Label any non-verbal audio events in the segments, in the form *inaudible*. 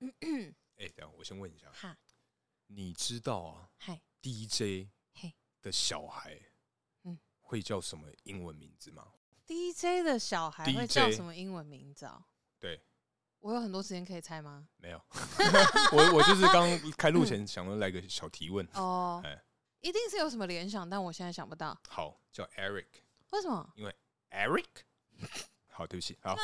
哎、等一下我先问一下，哈，你知道啊嗨， ，DJ 嘿的小孩，嗯会叫什么英文名字吗？ ，DJ 的小孩会叫 DJ 什么英文名字哦？对，我有很多时间可以猜吗？没有， *laughs* 嗯我我就是刚开录前想要来个小提问，哦哎， *laughs* 一定是有什么联想，但我现在想不到，好，叫 Eric，Eric，为什 *laughs* 么？ *laughs* 好，对不起，好，啊！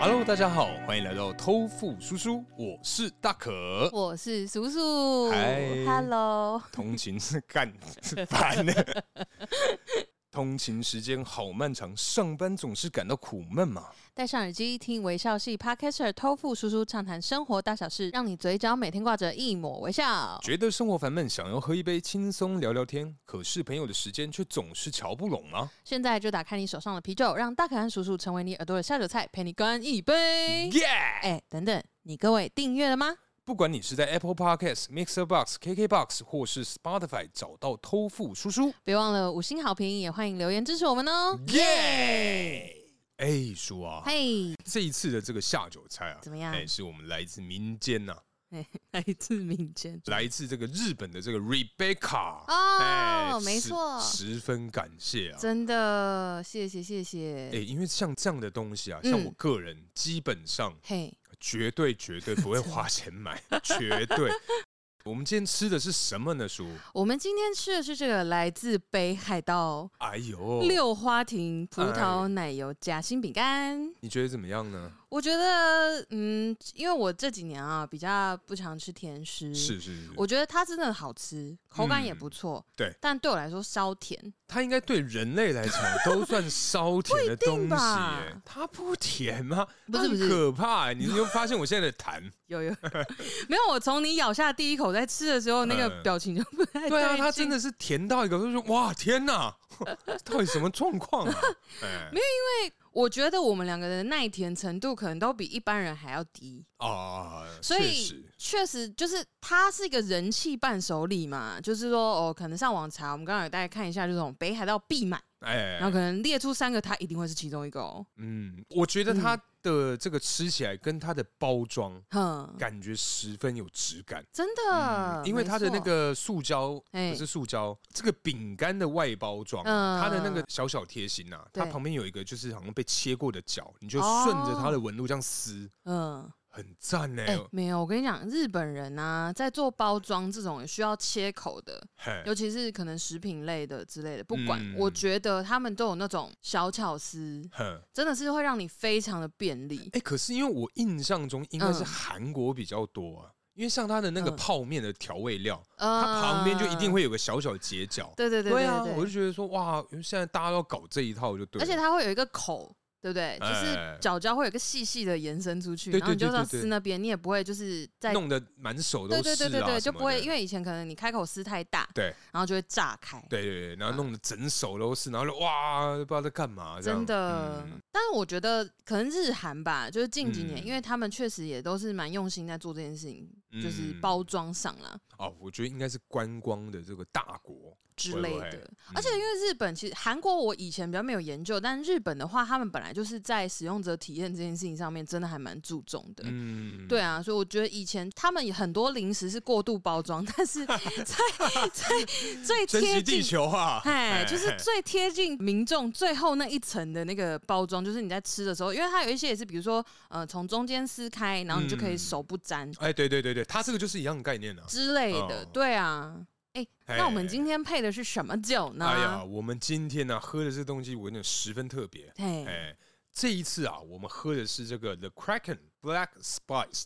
Hello，大家好，欢迎来到偷富叔叔，我是大 *laughs* 可。我是叔叔嗨，Hello，通勤是 *laughs* 干是烦的， *laughs* 通勤时间好漫长，上班总是感到苦闷嘛。戴上耳机听微笑系 Podcaster 偷富叔叔畅谈生活大小事，让你嘴角每天挂着一抹微笑。觉得生活烦闷，想要喝一杯轻松聊聊天，可是朋友的时间却总是瞧不拢啊。现在就打开你手上的啤酒，让大可汗叔叔成为你耳朵的下酒菜，陪你干一杯。耶、哎、等等，你各位订阅了吗？不管你是在 Apple Podcast、Mixer Box、KK Box 或是 Spotify 找到偷富叔叔，别忘了五星好评，也欢迎留言支持我们哦。耶！哎，叔啊，嘿，这一次的这个下酒菜啊，怎么样 *laughs* 哎，是我们来自民间呐、来自民间 *laughs* 来自这个日本的这个 Rebecca 哦，哎没十错，十分感谢啊！真的，谢谢谢谢。哎、因为像这样的东西啊，嗯像我个人基本上嘿，绝对绝对不会花钱买，绝对。我们今天吃的是什么呢，叔？我们今天吃的是这个来自北海道哎呦，六花亭哎葡萄奶油夹心饼干。你觉得怎么样呢？我觉得，嗯，因为我这几年啊比较不常吃甜食，是是是，嗯我觉得它真的好吃，口感也不错、对但对我来说稍甜，它应该对人类来讲 *laughs* 都算稍甜的东西、吧耶它不甜吗？不是它很不是可怕、欸，你就发现我现在的 *laughs* 痰。有 *laughs* 有没有？我从你咬下第一口在吃的时候，那个嗯表情就不太对啊，劲它真的是甜到一个，就是哇，天哪， *laughs* 到底什么状况啊？哎、没我觉得我们两个的耐甜程度可能都比一般人还要低，啊，所确以实确实就是它是一个人气伴手礼嘛，就是说哦，可能上网查，我们刚刚有大概看一下这种北海道必买，哎，然后可能列出三个，它一定会是其中一个哦。嗯，我觉得它的这个吃起来跟它的包装哼，感觉十分有质感。真的，嗯因为它的那嗯没错，个塑胶哎不是塑胶，这个饼干的外包装啊，嗯它的那个小小贴心呐，它对旁边有一个就是好像被切过的角，你就哦顺着它的纹路这样撕，嗯，很赞呢哎、。没有，我跟你讲，日本人啊，在做包装这种需要切口的，嘿尤其是可能食品类的之类的，不管，嗯我觉得他们都有那种小巧思，哼，真的是会让你非常的便利。哎、可是因为我印象中应该是嗯韩国比较多啊，因为像它的那个嗯泡面的调味料，呃它旁边就一定，会有个小小截角。对对对啊，对我就觉得说哇，现在大家都搞这一套就对了。而且它会有一个口，对不对？就哎是角角会有一个细细的延伸出去，对对然后你就对对要对撕那边，你也不会就是在。弄得满手都是、对啊，对对对对，什就么不会，的因为以前可能你开口撕太大，对然后就会炸开。对对对，然啊后弄得整手都是，然后就哇，不知道在干嘛这样。真的，嗯但是我觉得可能日韩吧，就是近几年，嗯因为他们确实也都是蛮用心在做这件事情，就是嗯包装上啦哦，我觉得应该是观光的这个大国之类会的。不会而且因为日本其实韩国我以前比较没有研究，但日本的话，他们本来就是在使用者体验这件事情上面真的还蛮注重的。嗯，对啊，所以我觉得以前他们有很多零食是过度包装，但是 *laughs* 在在 *laughs* 最珍惜贴地近球啊，哎，就是嘿最贴近民众最后那一层的那个包装，就是你在吃的时候，因为它有一些也是，比如说，呃，从中间撕开，然后你就可以嗯手不沾哎，对对对对，它这个就是一样的概念啊。之类的。哦对啊，哎、那我们嘿今天配的是什么酒呢？哎呀，我们今天呢、喝的这东西，我跟你讲十分特别。嘿，哎，这一次啊，我们喝的是这个 The Kraken Black Spiced。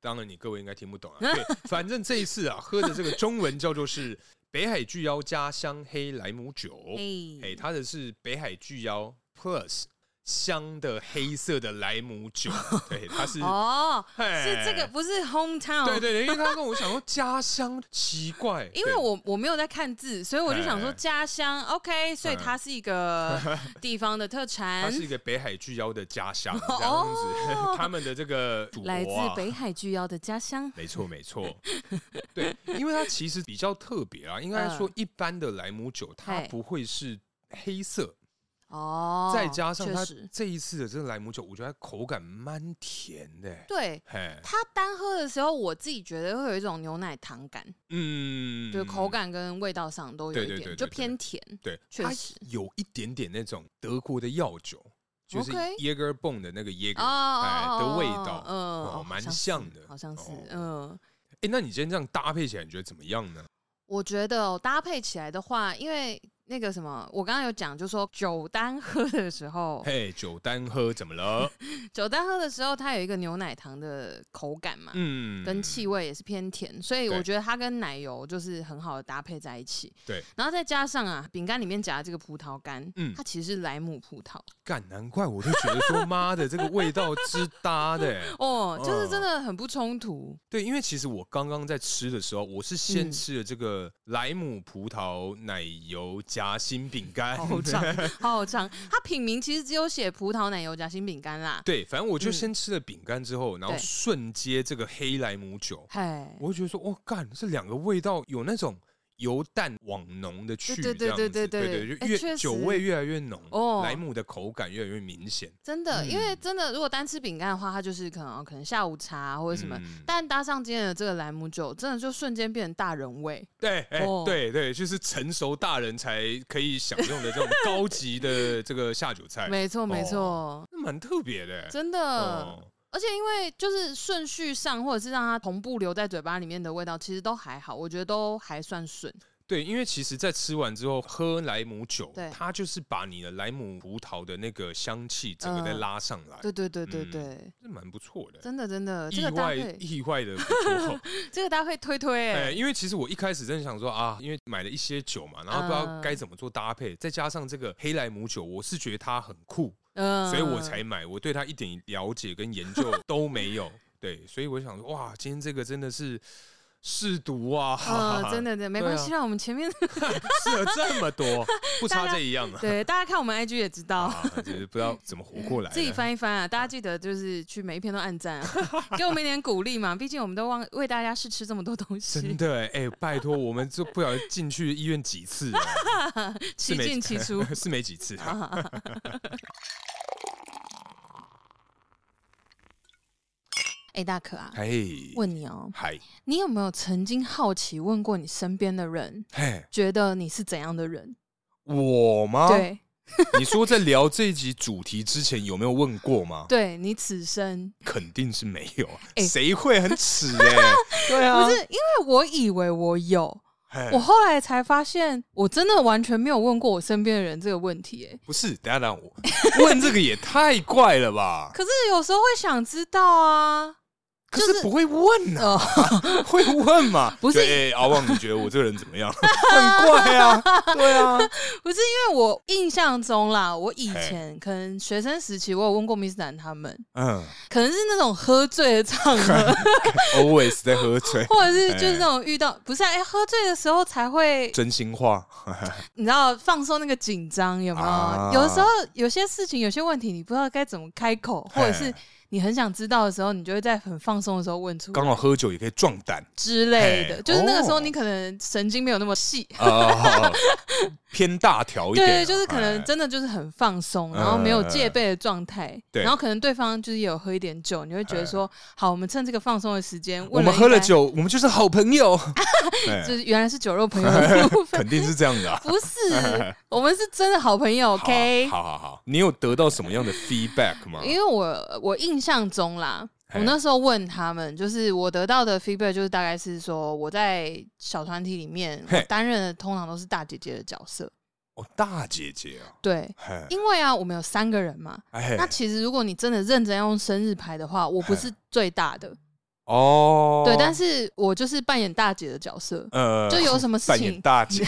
当然，你各位应该听不懂啊。 *laughs* 对，反正这一次啊，喝的这个中文叫做是北海巨妖加香黑莱姆酒。嘿，哎，它的是北海巨妖 Plus 香的黑色的莱姆酒，对，它是哦，嘿是这个不是 hometown，对对对，因为他跟我想说家乡奇怪，因对为我我没有在看字，所以我就想说哎家乡 OK，所以嗯它是 *laughs* 一个地方的特产它，是一个北海巨妖的家乡，这样哦子， *laughs* 他们的这个祖国来自啊北海巨妖的家乡。没错，没错，对，因为它其实比较特别啊，应该说一般的莱姆酒它嗯嘿不会是黑色，哦，再加上确它实，这一次的这个莱姆酒，我觉得它口感蛮甜的、对嘿，它单喝的时候，我自己觉得会有一种牛奶糖感，嗯，就是口感跟味道上都有对一对点，对对就对偏甜。对，确它实有一点点那种德国的药酒，就是 OK Jager b o n 的那个 Jager，哦哦哎哦的味哦道嗯，哦哦蛮好像是的好像是哦，嗯。哎，那你今天这样搭配起来，你觉得怎么样呢？我觉得、哦、搭配起来的话，因为那个什么，我刚刚有讲，就说酒单喝的时候，嘿，酒单喝怎么了？酒单喝的时候，它有一个牛奶糖的口感嘛，嗯，跟气味也是偏甜，所以我对觉得它跟奶油就是很好的搭配在一起。对，然后再加上啊，饼干里面夹的这个葡萄干，嗯它其实是莱姆葡萄干，难怪我就觉得说，妈的，这个味道之搭的、 *laughs* 欸。哦，就是嗯真的很不冲突。对，因为其实我刚刚在吃的时候，我是先嗯吃了这个莱姆葡萄奶油夹心饼干。好长，好长。它品名其实只有写葡萄奶油夹心饼干啦。 *laughs* 对，反正我就嗯先吃了饼干之后，然后对瞬接这个黑莱姆酒，嘿，我就觉得说，哦，干，这两个味道有那种由淡往浓的去，对对这样对子对对对就哎越、确酒实味越来越浓，哦莱姆的口感越来越明显。真的，因为嗯真的，如果单吃饼干的话，它就是可能哦可能下午茶或者什么。嗯但搭上今天的这个莱姆酒，真的就瞬间变成大人味。对，哎、哦对对，就是成熟大人才可以享用的这种高级 *laughs* 的这个下酒菜，没错，没错，那蛮特别的、真的。哦，而且因为就是顺序上，或者是让它同步留在嘴巴里面的味道，其实都还好，我觉得都还算顺。对，因为其实，在吃完之后喝莱姆酒对，它就是把你的莱姆葡萄的那个香气整个再嗯拉上来，对对对对嗯对，这蛮不错的。真的真的，这意个搭外配，意外的不 *laughs* 错，这个搭配推推哎、哎，因为其实我一开始真的想说啊，因为买了一些酒嘛，然后不知道嗯该怎么做搭配，再加上这个黑莱姆酒，我是觉得它很酷，嗯所以我才买。我对它一点了解跟研究都没 *laughs* 有。对，所以我想说，哇，今天这个真的是试毒啊， *laughs* 嗯，真的真的没关系，对啊让我们前面 *laughs* 试了这么多，不大差家这一样啊。对大家看我们 IG 也知道。啊，就是不知道怎么活过来的。自己翻一翻啊！大家记得就是去每一篇都按赞、啊， *laughs* 给我们一点鼓励嘛。毕竟我们都忘为大家试吃这么多东真西，的哎、哎拜托，我们就不小心进去医院几次了，其是没进其出。 *laughs* 是没几 *laughs* 次、啊。哎、大可啊，嘿，问你哦，嗨，你有没有曾经好奇问过你身边的人，嘿，觉得你是怎样的人？我吗？对，你说在聊这一集主题之前有没有问过吗？对你此生、肯定是没有啊，哎谁、会很耻 *laughs* 哎、对啊，哎不是，因为我以为我有，嘿我后来才发现，我真的完全没有问过我身边的人这个问题、哎，不是，等一下等一下，我 *laughs* 问这个也太怪了吧？可是有时候会想知 *laughs* 道啊，可 *laughs* 就是是不会问 *laughs* 啊，会问嘛？不是就哎阿旺，你觉得我这个人怎么样？ *laughs* 很怪啊，对啊，不是因为我印象中啦，我以前可能学生时期，我有问过 Miss 南他们，嗯可能是那种喝醉的场 *laughs* 合， ，always 在喝醉，或者是就是那种遇到不是啊哎、喝醉的时候才会，真心话， *laughs* 你知道放松那个紧张有没有？啊有的时候有些事情有些问题你不知道该怎么开口，或者是嘿你很想知道的时候，你就会在很放松的时候问出刚好喝酒也可以壮胆 *laughs* 之类的，嘿就是那个时候哦你可能神经没有那么细，啊，偏大条一点啊，对，就是可能哎嗯真的就是很放松，然后没有戒备的状态，对哎然后可能对方就是也有喝一点酒，你会觉得说，好，我们趁这个放松的时间，我们喝问了一下，酒，我们就是好朋 *laughs* 友，哎就是原来是酒肉朋友 *laughs* 的部分，肯定是这样的啊。不是，我们是真的好朋友，OK？好好好好，你有得到什么样的 feedback 吗？因为我我印象中啦。嘿我那时候问他们，就是我得到的 feedback 就是大概是说，我在小团体里面嘿我担任的通常都是大姐姐的角色，哦，大姐姐啊，对，嘿因为啊，我们有三个人嘛，哎那其实如果你真的认真要用生日牌的话，我不是最大的，哦，对，但是我就是扮演大姐的角色， *laughs* 呃，就有什么事扮演情大 *laughs* 姐，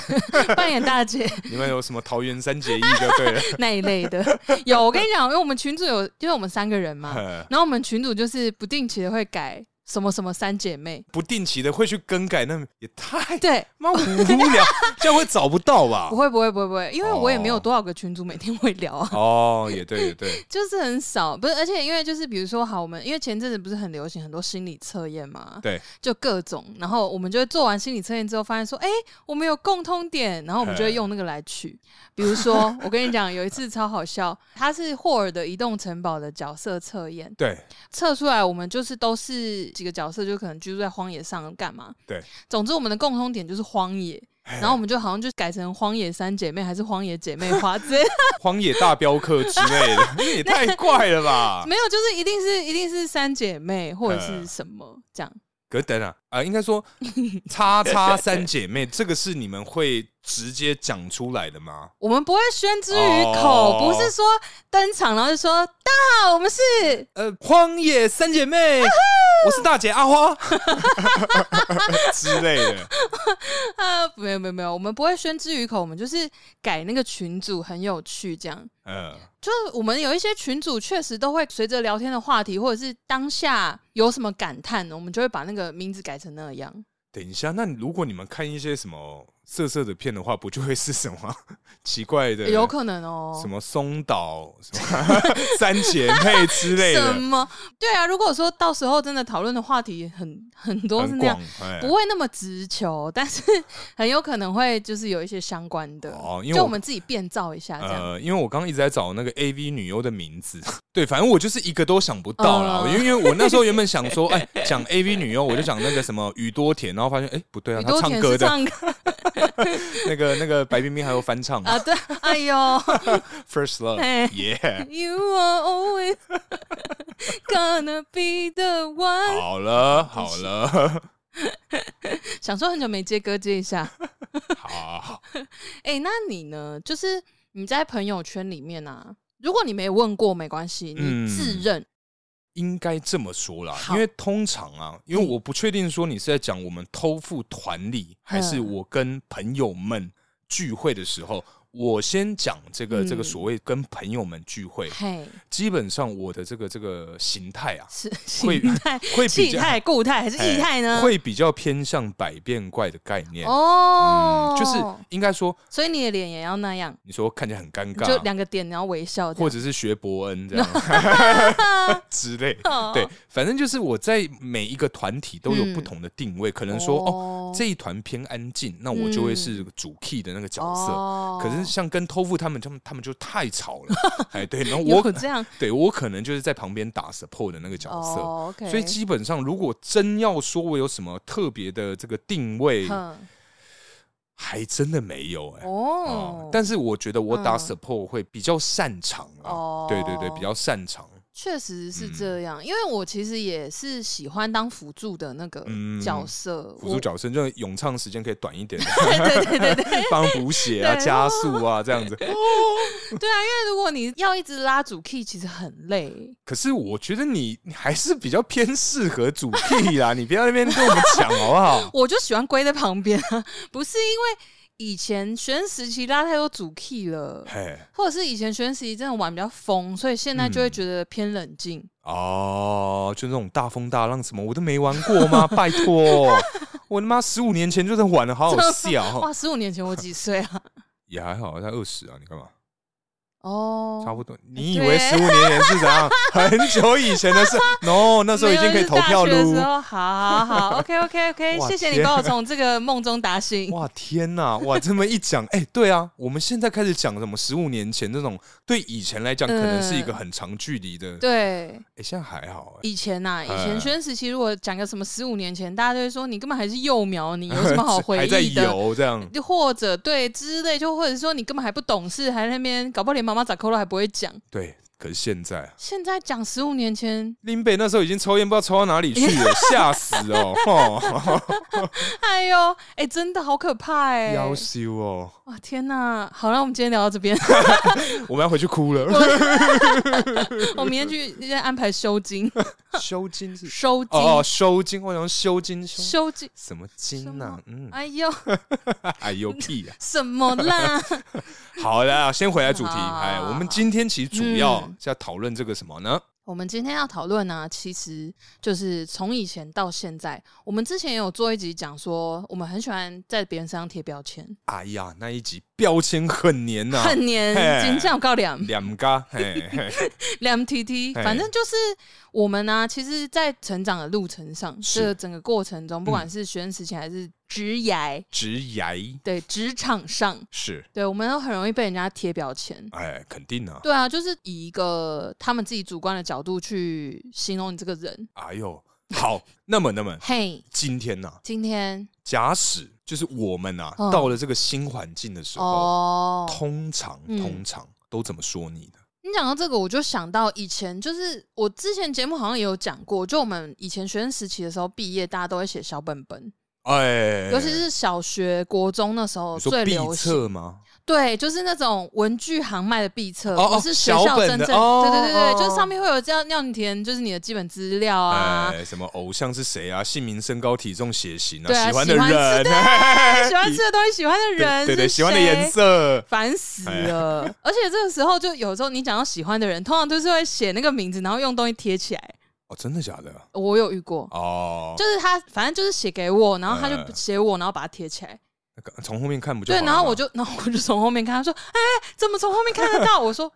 扮演 *laughs* 大姐你们有什么桃园三结义就对 *laughs* 了那一类的。有，我跟你讲，因为我们群主有，因为我们三个人嘛，呃，然后我们群主就是不定期的会改什么什么三姐妹，不定期的会去更改，那也太对，妈无 *laughs* 聊，这样会找不到吧不？会不会不会不会，因为我也没有哦多少个群主每天会聊啊，哦，也对，也对，就是很少，不是，而且因为就是比如说，好，我们因为前阵子不是很流行很多心理测验嘛，对，就各种，然后我们就会做完心理测验之后，发现说，哎、我们有共通点，然后我们就会用那个来取。比如说，我跟你讲，有一次超好笑，它是霍尔的《移动城堡》的角色测验，对，测出来我们就是都是几个角色，就可能居住在荒野上干嘛？对，总之我们的共通点就是荒野。然后我们就好像就改成荒野三姐妹，还是荒野姐妹花 *laughs* 之类的荒野大镖客之类的， *laughs* 那也太怪了吧？没有，就是一定是一定是三姐妹或者是什么这样。可是等等啊，呃应该说 *laughs* 叉叉三姐妹，这个是你们会直接讲出来的吗？我们不会宣之于口，哦不是说登场然后就说大家好，我们是呃，荒野三姐啊妹，我是大姐阿花 *laughs* 之类的。啊，没有没有没有，我们不会宣之于口，我们就是改那个群组很有趣这样。呃，就是我们有一些群组确实都会随着聊天的话题，或者是当下有什么感叹，我们就会把那个名字改成那样。等一下，那如果你们看一些什么色色的片的话，不就会是什么 *laughs* 奇怪的？有可能哦。什么松岛、什么 *laughs* 三姐妹之类什的，么？对啊，如果说到时候真的讨论的话题很很多是很那样广，。哎不会那么直球，*laughs* 但是很有可能会就是有一些相关的，哦因为就我我们自己变造一啊下这样。呃，因为我刚刚一直在找那个 AV 女优的名字， *laughs* 对，反正我就是一个都想不到啦。嗯因为因为我那时候原本想说，哎，讲 AV 女优，我就讲那个什么宇多田，然后发现哎不对啊，宇她多唱田歌是的唱歌那个那个白冰冰还有翻 *laughs* 唱 *laughs* 啊，对，哎呦 First *laughs* Love，哎耶， ，You are always *laughs* gonna be the one。好了好了， *laughs* 想说很久没接歌，接 *laughs* 一下。好，哎、那你呢？就是你在朋友圈里面啊，如果你没问过没关系，你嗯自认、应该这么说啦，好因为通常啊，因为嗯我不确定说你是在讲我们偷富团里，还是嗯我跟朋友们聚会的时候。我先讲这个这个嗯所谓跟朋友们聚会，嘿基本上我的这个这个形态啊，是会形态、会比气较哎态、固态还是液态呢？会比较偏向百变怪的概念。嗯，哦、就是应该说，所以你的脸也要那样，你说看起来很尴就尬，两个点，然后微笑这或样，者是学伯恩这样 *laughs* *laughs* 之类。哦对，反正就是我在每一个团体都有不嗯同的定位，可能说哦，哦这一团偏安静，那我就会嗯是主 key 的那个角色。哦可是像跟偷富他们，他们他们就太吵 *laughs* 了，哎，对，然后有我这样对我可能就是在旁边打 support 的那个角色，哦，OK、所以基本上，如果真要说我有什么特别的这个定位，哼还真的没有哎、哦哦，，但是我觉得我打嗯 support 会比较擅长啊，哦对对对，比较擅长。确实是这样，因为我其实也是喜欢当辅助的那个嗯角色， *laughs* 辅助角色，就是咏唱时间可以短一点，我对对对对 *laughs* 帮补血啊、对加速啊这样子。对啊，因为如果你要一直拉主 key，其实很累。可是我觉得你你还是比较偏适合主 key *laughs* 啦，你不要在那边跟我们抢好不好？我就喜欢归在旁边啊， *laughs* 不是因为以前学生时期拉太多主 key 了。嘿，或者是以前学生时期真的玩比较疯，所以现在嗯就会觉得偏冷静。哦，就那种大风大浪什么，我都没玩过 *laughs* 吗？拜托，我他妈十五年前就在玩了，好好笑哦。 *laughs* 哇，十五年前我几岁啊？也还好，才二十啊，你干嘛？ *laughs* 哦，差不多。你以对为十五年前是怎 *laughs* 样？很久以前的事？No，那时候已经可以投票没有就是大学的时喽。候，好好好，OK OK OK， *laughs* 哇谢谢你天把我从这个梦中打 *laughs* 醒。哇天呐！哇，这么一讲，哎、对啊，我们现在开始讲什么十五年前这种，对以前来讲可能是一个很长距离的。哎、 *laughs* 对，现在还好、哎以前呐、以前哎学生时期，如果讲个什么十五年前，大家就会说你根本还是幼苗，你有什么好 *laughs* 回还在忆的？游这样。就或者对之类，就或者说你根本还不懂事，还在那边搞不好连妈妈咋扣了还不会讲。对，可是现在现在讲十五年前，林北那时候已经抽烟，不知道抽到哪里去 *laughs* 了，吓死哦！哦，哎呦，哎、真的好可怕哎、夭寿哦。哇，天哪！好了，我们今天聊到这边， *laughs* 我们要回去哭了。我明天去先安排收金， *laughs* 修金是收金，哦，哦收金，我想修金修收金。什么金什呐、么嗯，哎呦，哎呦屁呀、什么 *laughs* 啦？好啦，先回来主题。 *laughs* 好啊哎，我们今天其实主要嗯是要讨论这个什么呢？我们今天要讨论呢，其实就是从以前到现在，我们之前也有做一集讲说，我们很喜欢在别人身上贴标签，哎呀，那一集标签很黏呐、很黏嘿，金像 *laughs* 高两两家，嘿嘿两 T T， *laughs* 嘿反正就是我们呢、啊其实，在成长的路程上，是嗯这整个过程中，不管是学生时期还是职涯，直牙对职场上，是，对我们都很容易被人家贴标签。哎，肯定啊。对啊，就是以一个他们自己主观的角度去形容你这个人。哎呦，好，那么那么嘿、今天呐、今天假使就是我们呐、嗯到了这个新环境的时候，哦，通常嗯通常都怎么说你的？你讲到这个，我就想到以前，就是我之前节目好像也有讲过，就我们以前学生时期的时候，毕业大家都会写小本本，哎，尤其是小学、国中那时候你最说流必行。测吗？对，就是那种文具行卖的必测，哦哦不是学校小本真的正。哦对对对哦对，就是上面会有这样让你填，就是你的基本资料啊，哎，什么偶像是谁啊？姓名、身高、体重、血型啊？对啊喜欢的喜欢吃人，哎喜欢吃的东西、喜 *laughs* 欢的人，对对对，是喜欢的颜谁色。烦死哎了！ *laughs* 而且这个时候，就有时候你讲到喜欢的人，通常都是会写那个名字，然后用东西贴起来。哦，真的假的？我有遇过，哦，就是他反正就是写给我，然后他嗯就写我，然后把它贴起来。那个从后面看不就对，好了然后我吗就，然后我就从后面看，他说：“哎、怎么从后面看得到？”我说：“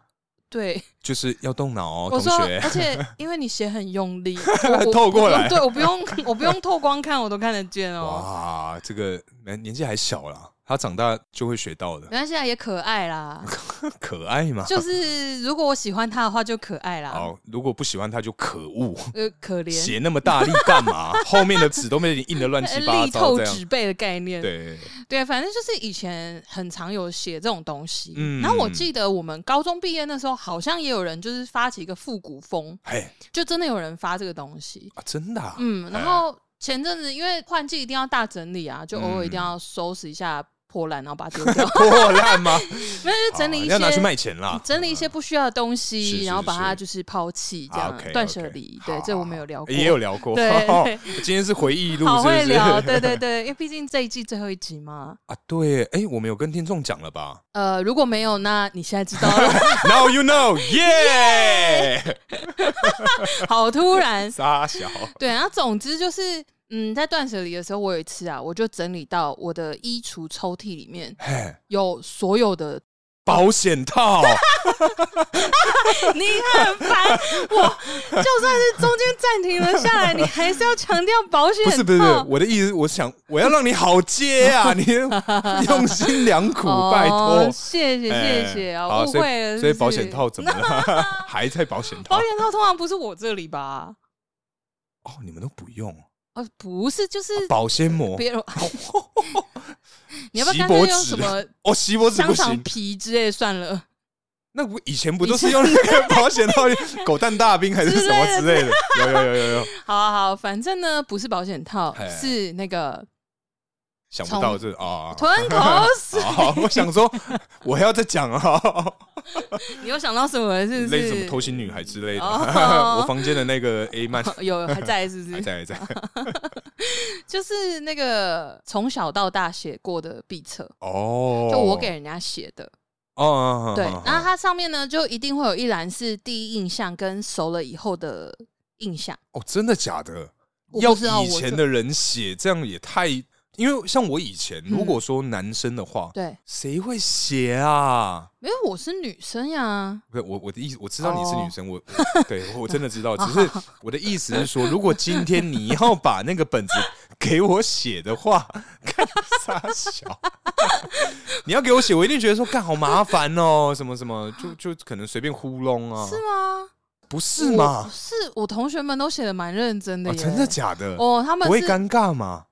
对。就是要动脑哦，我同说：“学而。且因为你写很 *laughs* 用力，我我透过我不用来对，我不用，我不用透光看，我都看得见哦。哇，这个哎年年纪还小啦，他长大就会学到的，没关系啊，也可爱啦。可爱嘛。嗯就是如果我喜欢他的话，就可爱啦。好，如果不喜欢他就可恶，呃，可怜，写那么大力干嘛？后面的纸都被你印的乱七八呃力糟，透这样纸背的概念。对，对，反正就是以前很常有写这种东西。嗯然后我记得我们高中毕业那时候，好像也有人就是发起一个复古风，哎就真的有人发这个东西。啊，真的啊，，嗯，然后前阵子因为换季一定要大整理啊，就偶尔一定要收拾一下破烂，然后把它丢掉 *laughs* 破烂 *laughs* 吗？没有就整理好一些哦嗯要拿去卖钱啦，整理一些不需要的东西，是是然后把它是就是抛弃，这啊样、 ，OK，断 OK，舍离。好对，这好我们有聊过，也有聊过。对今天是回忆录，好是会不是？聊，对对对，因为毕竟这一季最后一集嘛。啊，对，哎，我们有跟听众讲了吧呃，如果没有，那你现在知道了。 *laughs* ？Now you know，耶！。好突然傻小，对，然后总之就是，嗯，在断舍离的时候，我有一次啊，我就整理到我的衣橱抽屉里面嘿，有所 *laughs* 有的，保险套，你很烦我。就算是中间暂停了下来，你还是要强调保险不套。是不是，不是我的意思，我想我要让你好接 *laughs* 啊，你用心良苦，拜哦托。谢谢哎谢谢啊，好误所以会了所以是不保是险套怎 *laughs* 么了？还在保险套保？险套通常不是我这里吧？哦，你们都不用哦，不是，就是保鲜膜别人。 *laughs* 你要不要哦锡干箔脆用纸 *laughs* 什么哦，锡箔纸香不肠行。皮之类算了？那我以前不都是用那个保险套，狗蛋大兵还是什么之 *laughs* 类的？有有有有有，好好好，反正呢不是保险套嘿，是那个想不到这 *laughs* 啊。吞口水。好，我想说，我还要再讲啊， *laughs* 你又想到什么？是不类似什么是？偷心女孩之类的。*laughs* 哦我房间的那个 A 曼 *laughs* 有还在是不还是？在还 *laughs* 在。就是那个从小到大写过的必测，哦，就我给人家写的。哦哦，哦对，哦然后它上面呢就一定会有一栏是第一印象跟熟了以后的印象。哦，真的假的？我要不知道以我前就的人写，这样也太……因为像我以前，如果说男生的话，嗯对，谁会写啊？因为我是女生呀。不是我我的意思，我知道你是哦女生，我我对我真的 *laughs* 知道，只是我的意思是说，如果今天你要把那个本子给我写的话，干傻小，你要给我写，我一定觉得说干好麻烦哦，什么什么，就就可能随便糊弄啊是，吗？不是吗我？是我同学们都写的蛮认真的哦耶，真的假的？哦，他们不会是尴尬吗？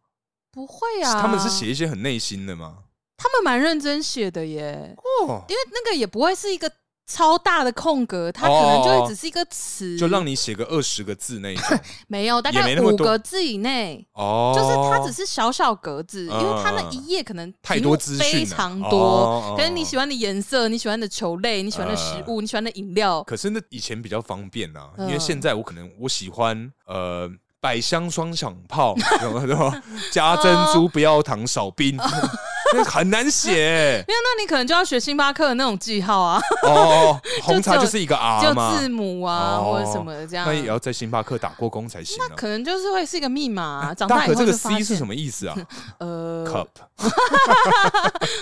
不会啊，他们是写一些很内心的吗？他们蛮认真写的耶，哦，因为那个也不会是一个超大的空格，它可能就会只是一个词，就让你写个二十个字那一种没有大也概没那么五多个字以内。哦， *laughs* 就是它只是小小格子，因为它那一页可能太题多目资讯非了常哦多哦，可能你喜欢的颜色、你喜欢的球类、你喜欢的食物、你喜欢的饮料，可是那以前比较方便啊，因为嗯现在我可能我喜欢呃百香双响 *laughs* 炮，懂吗？对吧？加珍珠不要糖少冰， *laughs* 那很难写哦 *laughs* 没有，那你可能就要学星巴克的那种记号啊， *laughs* 哦。红茶只有就是一个 R 就嘛字，母啊哦或者什么的这样那。也要在星巴克打过工才行啊。可能就是会是一个密码啊，长大大以可后这就个发 C 是现什么意思啊 *laughs* 呃， ？Cup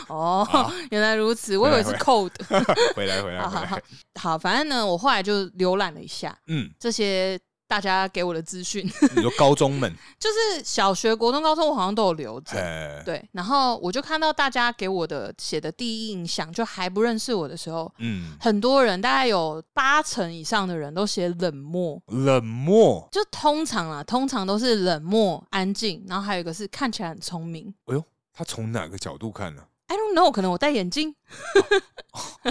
哦，原来如此，我以为是原来 code。回来回来好回好好来，，好，反正呢，我后来就浏览了一下嗯，这些大家给我的资讯， *laughs* 你说高中们，就是小学、国中、高中，我好像都有留着。哎，对，然后我就看到大家给我的写的第一印象，就还不认识我的时候，嗯，很多人大概有八成以上的人都写冷漠，冷漠，就通常啊，通常都是冷漠、安静，然后还有一个是看起来很聪明。哎呦，他从哪个角度看呢？ I don't know，可能我戴眼镜，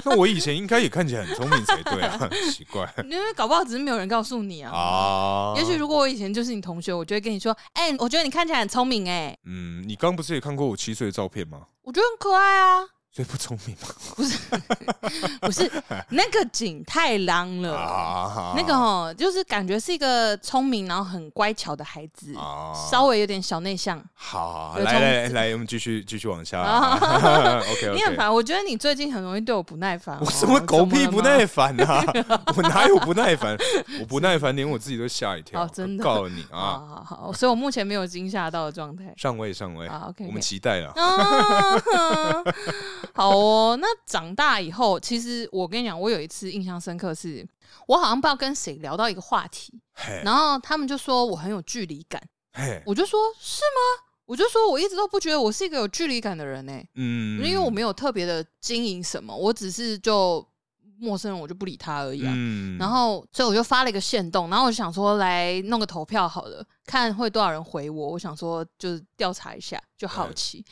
那我以前应该也看起来很聪明才对啊， *laughs* 奇怪因为搞不好只是没有人告诉你啊。啊。 *laughs* 也许如果我以前就是你同学，我就会跟你说：“哎、我觉得你看起来很聪明、哎，嗯，你刚不是也看过我七岁的照片吗？ *laughs* 我觉得很可爱啊。所以不聪明 *laughs* 吗？”不是那个景太浪了，啊呃那个哦，就是感觉是一个聪明然后很乖巧的孩子，啊稍微有点小内向。好，有来冲来来，我们继续继续往下。啊 *laughs* *laughs* OK 你很 OK。烦，哦我觉得你最近很容易对我不耐烦、哦。我什么狗屁不耐烦？烦啊！ *laughs* 我哪有不耐烦？我不耐烦，连我自己都吓一跳。哦真的哦告诉你啊，。好好好，所以我目前没有惊吓到的状态上位上位啊，OK，OK 我们期待了。啊，好哦。那长大以后，其实我跟你讲，我有一次印象深刻是，我好像不知道跟谁聊到一个话题，嘿，然后他们就说我很有距离感，嘿，我就说是吗？我就说我一直都不觉得我是一个有距离感的人呢、欸嗯因为我没有特别的经营什么，我只是就陌生人我就不理他而已啊。嗯然后，所以我就发了一个限动，然后我就想说来弄个投票好了，看会多少人回我。我想说就是调查一下，就好奇，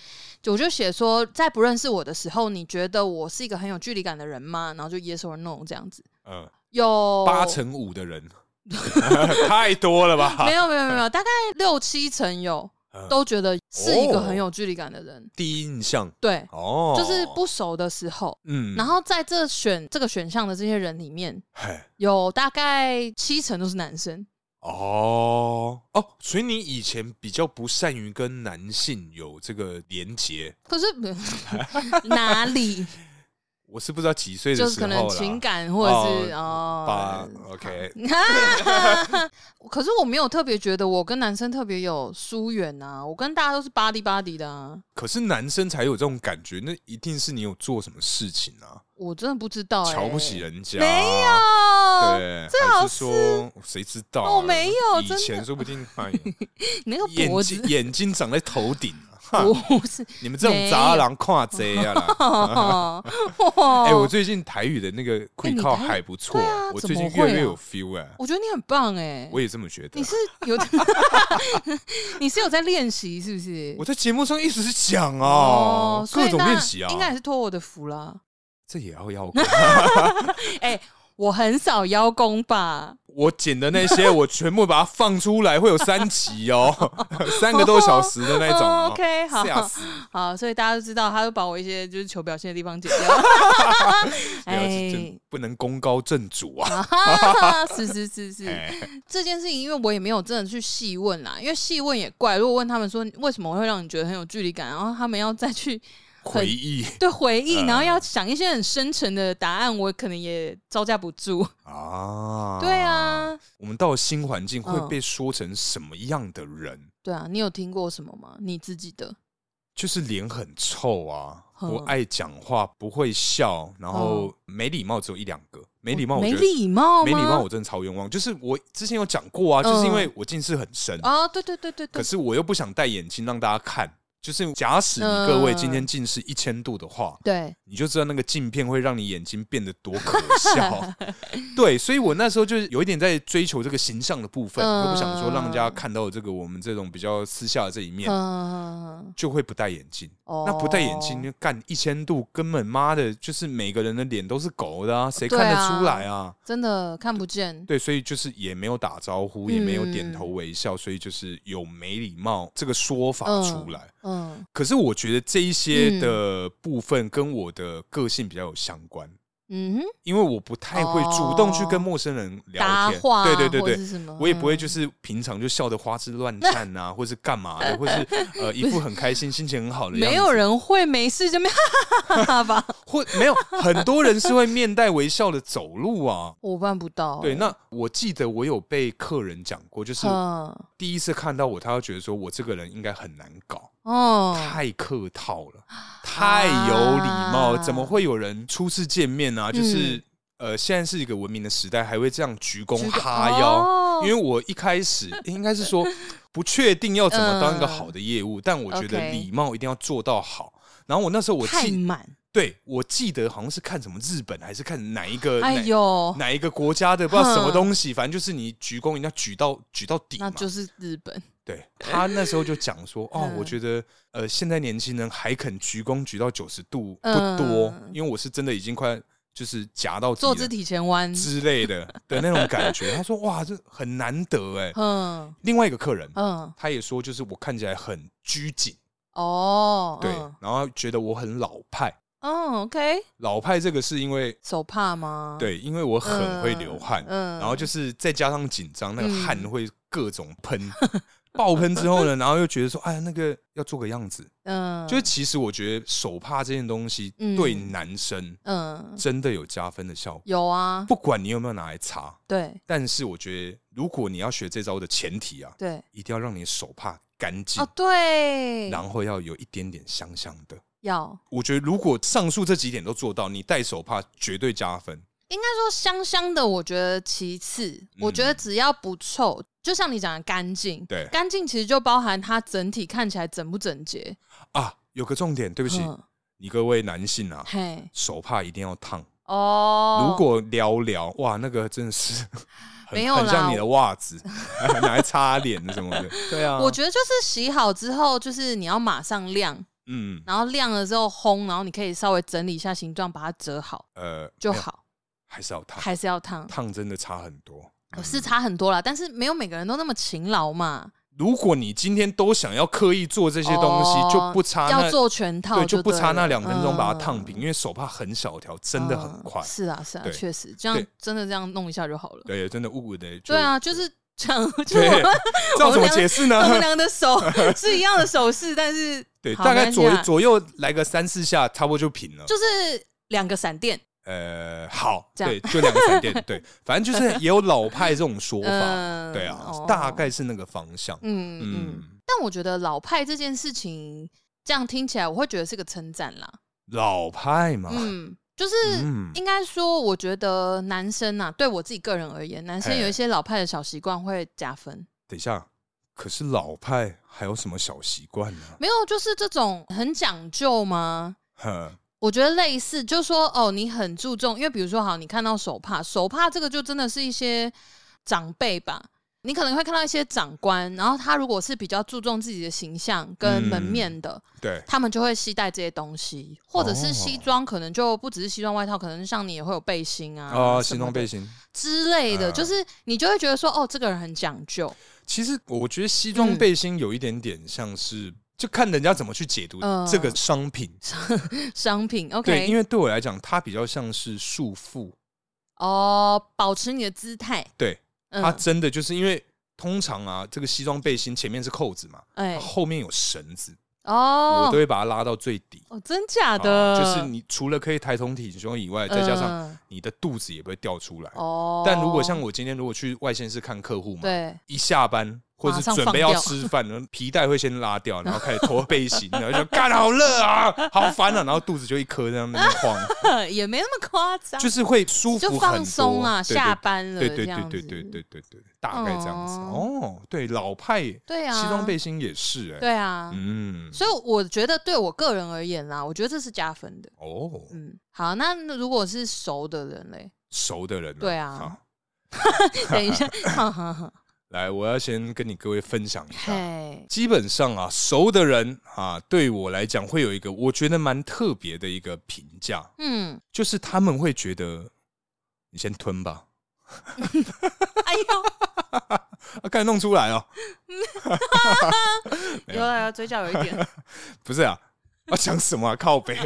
就我就写说，在不认识我的时候，你觉得我是一个很有距离感的人吗？然后就 yes or no 这样子，嗯，有八成五的 *laughs* 人 *laughs* 太多了吧？没有没有没有，大概六七成有嗯都觉得是一个哦很有距离感的人，第一印象对，哦，就是不熟的时候。嗯然后在这选这个选项的这些人里面，嘿有大概七成都是男生。哦哦，所以你以前比较不善于跟男性有这个连结，可是 *laughs* *laughs* 哪里我是不知道几岁的就是时可候啦能情感或者是吧哦， ，OK， *laughs* 可是我没有特别觉得我跟男生特别有疏远啊，我跟大家都是巴迪巴迪的啊，可是男生才有这种感觉，那一定是你有做什么事情啊，我真的不知道、欸，哦瞧不起人家，没有，对，最还好是说谁知道啊？哦没有以真的前说不定哎 *laughs* 呀你那个眼脖睛子眼睛长在头顶 *laughs* 啊，哈不是你们这种没杂有狼跨贼啊啦！哦， *laughs* 哎、哎我最近台语的那个哎会你靠台语还不错、对啊我怎最近么越来会越啊有 feel 哎、我觉得你很棒哎、我也这么觉得你。是有， *laughs* 你是有在练习是不是？啊哦我在节目上一直讲啊，所各以种那练习啊应，该也是托我的福啦。这也要邀功。哎、我很少邀功吧？ *laughs* 我剪的那些，我全部把它放出来，会有三集哦， *laughs* 三个多小时的那种、哦哦。 OK，好吓死！好，所以大家都知道，他会把我一些就是求表现的地方 *laughs* 剪掉。哎没有，是真不能功高震主啊。啊， *laughs* 是是是是，哎，这件事情，因为我也没有真的去细问啦，因为细问也怪。如果问他们说为什么会让你觉得很有距离感，然后他们要再去回 *laughs* 忆对回忆，呃然后要想一些很深沉的答案，我可能也招架不住。啊，对，啊，我们到了新环境会嗯被说成什么样的人？对啊，你有听过什么吗？你自己的？就是脸很臭啊，嗯不爱讲话，不会笑，然后没礼貌只有一两个，没礼貌，哦没礼哦貌吗，没礼貌，我真的超冤枉。就是我之前有讲过啊，嗯就是因为我近视很深，哦，对对对对对可，是我又不想戴眼镜让大家看，就是假使你各位今嗯天近视一千度的话，对，你就知道那个镜片会让你眼睛变得多可 *laughs* 笑。对，所以我那时候就是有一点在追求这个形象的部分，嗯我不想说让人家看到这个我们这种比较私下的这一面，嗯，就会不戴眼镜。哦那不戴眼镜，干一千度，根本妈的，就是每个人的脸都是狗的啊，谁看得出来啊？真的看不见，对，所以就是也没有打招呼，也没有点嗯头微笑，所以就是有没礼貌这个说法出来。嗯可是我觉得这一些的部分跟我的个性比较有相关，嗯哼，因为我不太会主动去跟陌生人聊哦搭天，话，啊对对对或者对。是什么，嗯我也不会就是是平常就笑得花枝乱颤啊，或是干嘛的，或是呃 *laughs* 一副很开心、心情很好的样子。没有人会没 *laughs* 事就没哈哈哈哈吧，或没有很多人是会面带微笑的走路 *laughs* 啊。 *laughs* 我办不到，欸对，那我记得我有被客人讲过，就是哦嗯第一次看到我，他会觉得说我这个人应该很难搞，哦，太客套了，太有礼貌，啊怎么会有人初次见面啊？就是、嗯呃，现在是一个文明的时代，还会这样鞠躬鞠躬哈腰。哦因为我一开始应该是说 *laughs* 不确定要怎么当一个嗯好的业务，但我觉得 OK 礼貌一定要做到好。然后我那时候我太记满，对，我记得好像是看什么日本，还是看哪一个哎哪呦，哪一个国家的，不知道什么哼东西，反正就是你鞠躬一定要举到举到底那嘛。就是日本， *laughs* 对他那时候就讲说，哦，嗯我觉得呃，现在年轻人还肯鞠躬举到九十度不嗯多，因为我是真的已经快就是夹到坐底了姿体前弯，之类 *laughs* 的的那种感觉。他说，哇，这很难得哎。嗯另外一个客人，嗯，他也说，就是我看起来很拘谨，哦，对嗯，然后觉得我很老派。哦，OK，老派这个是因为手帕吗？，对，因为我很会流汗，嗯然后就是再加上紧张，那个嗯汗会各种 *laughs* 喷，爆喷之后呢，然后又觉得说，哎，那个要做个样子。嗯，就是其实我觉得手帕这件东西嗯对男生嗯，真的有加分的效果，有啊，不管你有没有拿来擦，对但是我觉得如果你要学这招的前提啊，对，一定要让你手帕干净哦，对，然后要有一点点香香的。要。我觉得如果上述这几点都做到，你戴手帕绝对加分。应该说香香的，我觉得其次，我觉得只要不臭，就像你讲的干净，嗯对干净其实就包含它整体看起来整不整洁。啊，有个重点，对不不起，你各位男性啊，嘿，手帕一定要烫。哦，如果聊聊哇，那个真的是 *laughs* 很没有啦很像你的袜子， *laughs* 拿来擦脸什么的。对啊我觉得就是洗好之后，就是你要马上晾，嗯然后晾了之后烘，然后你可以稍微整理一下形状，把它折好呃就没有好，还是要烫，还是要烫，烫真的差很多。嗯是差很多啦。但是没有每个人都那么勤劳嘛，如果你今天都想要刻意做这些东西，哦就不差那要做全套对，就就不差对了那两分钟把它嗯烫平，因为手帕很小条，真的很快嗯。是啊，是啊对，确实，这样对真的这样弄一下就好了。对，真的误的。就对，啊，就是 *laughs* 这样，就对我们，这样怎我们么两解释呢 *laughs* 我？们俩的手是一样的手势，但是对，好大概没关系左啊左右来个三四下，差不多就平了。就是两个闪电。呃，好，这样对，就两个闪 *laughs* 电，对，反正就是也有老派这种说法，嗯，对啊哦，大概是那个方向。嗯嗯。嗯，但我觉得老派这件事情，这样听起来我会觉得是个称赞啦。老派嘛，嗯，就是啊嗯应该说，我觉得男生啊，对我自己个人而言，男生嘿有一些老派的小习惯会加分。等一下，可是老派还有什么小习惯呢？ *laughs* 没有，就是这种很讲究吗？哼，我觉得类似，就说哦，你很注重，因为比如说，好，你看到手帕，手帕这个就真的是一些长辈吧，你可能会看到一些长官，然后他如果是比较注重自己的形象跟嗯门面的，对，他们就会携带这些东西，或者哦是西装，可能就不只是西装外套，可能像你也会有背心啊，啊，什西么装的背心。之类的，嗯就是你就会觉得说，哦，这个人很讲究， *laughs* 其实我觉得西装嗯背心有一点点像是，就看人家怎么去解读嗯这个商品。商品对，因，OK，为对我来讲，它比较像是束缚。哦，保持你的姿态，对，它嗯，真的就是因为通常啊，这个西装背心前面是扣子嘛，哎、它后面有绳子，我哦都，会把它拉到最底。哦，真假啊的，就是你除了可以抬头挺胸以外，再加上嗯你的肚子也不会掉出来。哦，但如果像我今天如果去外县市看客户嘛，对一下班或者马是上准放备要掉吃饭，然后皮带会先拉 *laughs* 掉，然后开始脱背心，然后就干好热啊，好烦啊，然后肚子就一颗这样那边 *laughs* 晃，也没那么夸张，就是会舒服就很多放松啦，对对下班了，对对这对样对子对对对对，大概这样子。哦哦，对，老派西对啊，装背心也是哎，对啊，嗯，所以我觉得对我个人而言啦，我觉得这是加分的。哦，嗯，好，那如果是熟的人嘞，熟的人，对啊嗯好 *laughs* 等 *laughs* 一下， *laughs* 哈哈哈来，我要先跟你各位分享一下。嘿，基本上啊，熟的人啊，对我来讲会有一个我觉得蛮特别的一个评价，嗯，就是他们会觉得你先吞吧，哎呦，啊，赶紧弄出来哦。 *laughs* 没有有了有了嘴角有一 *laughs* 点，不是啊，啊，讲什么啊？靠背，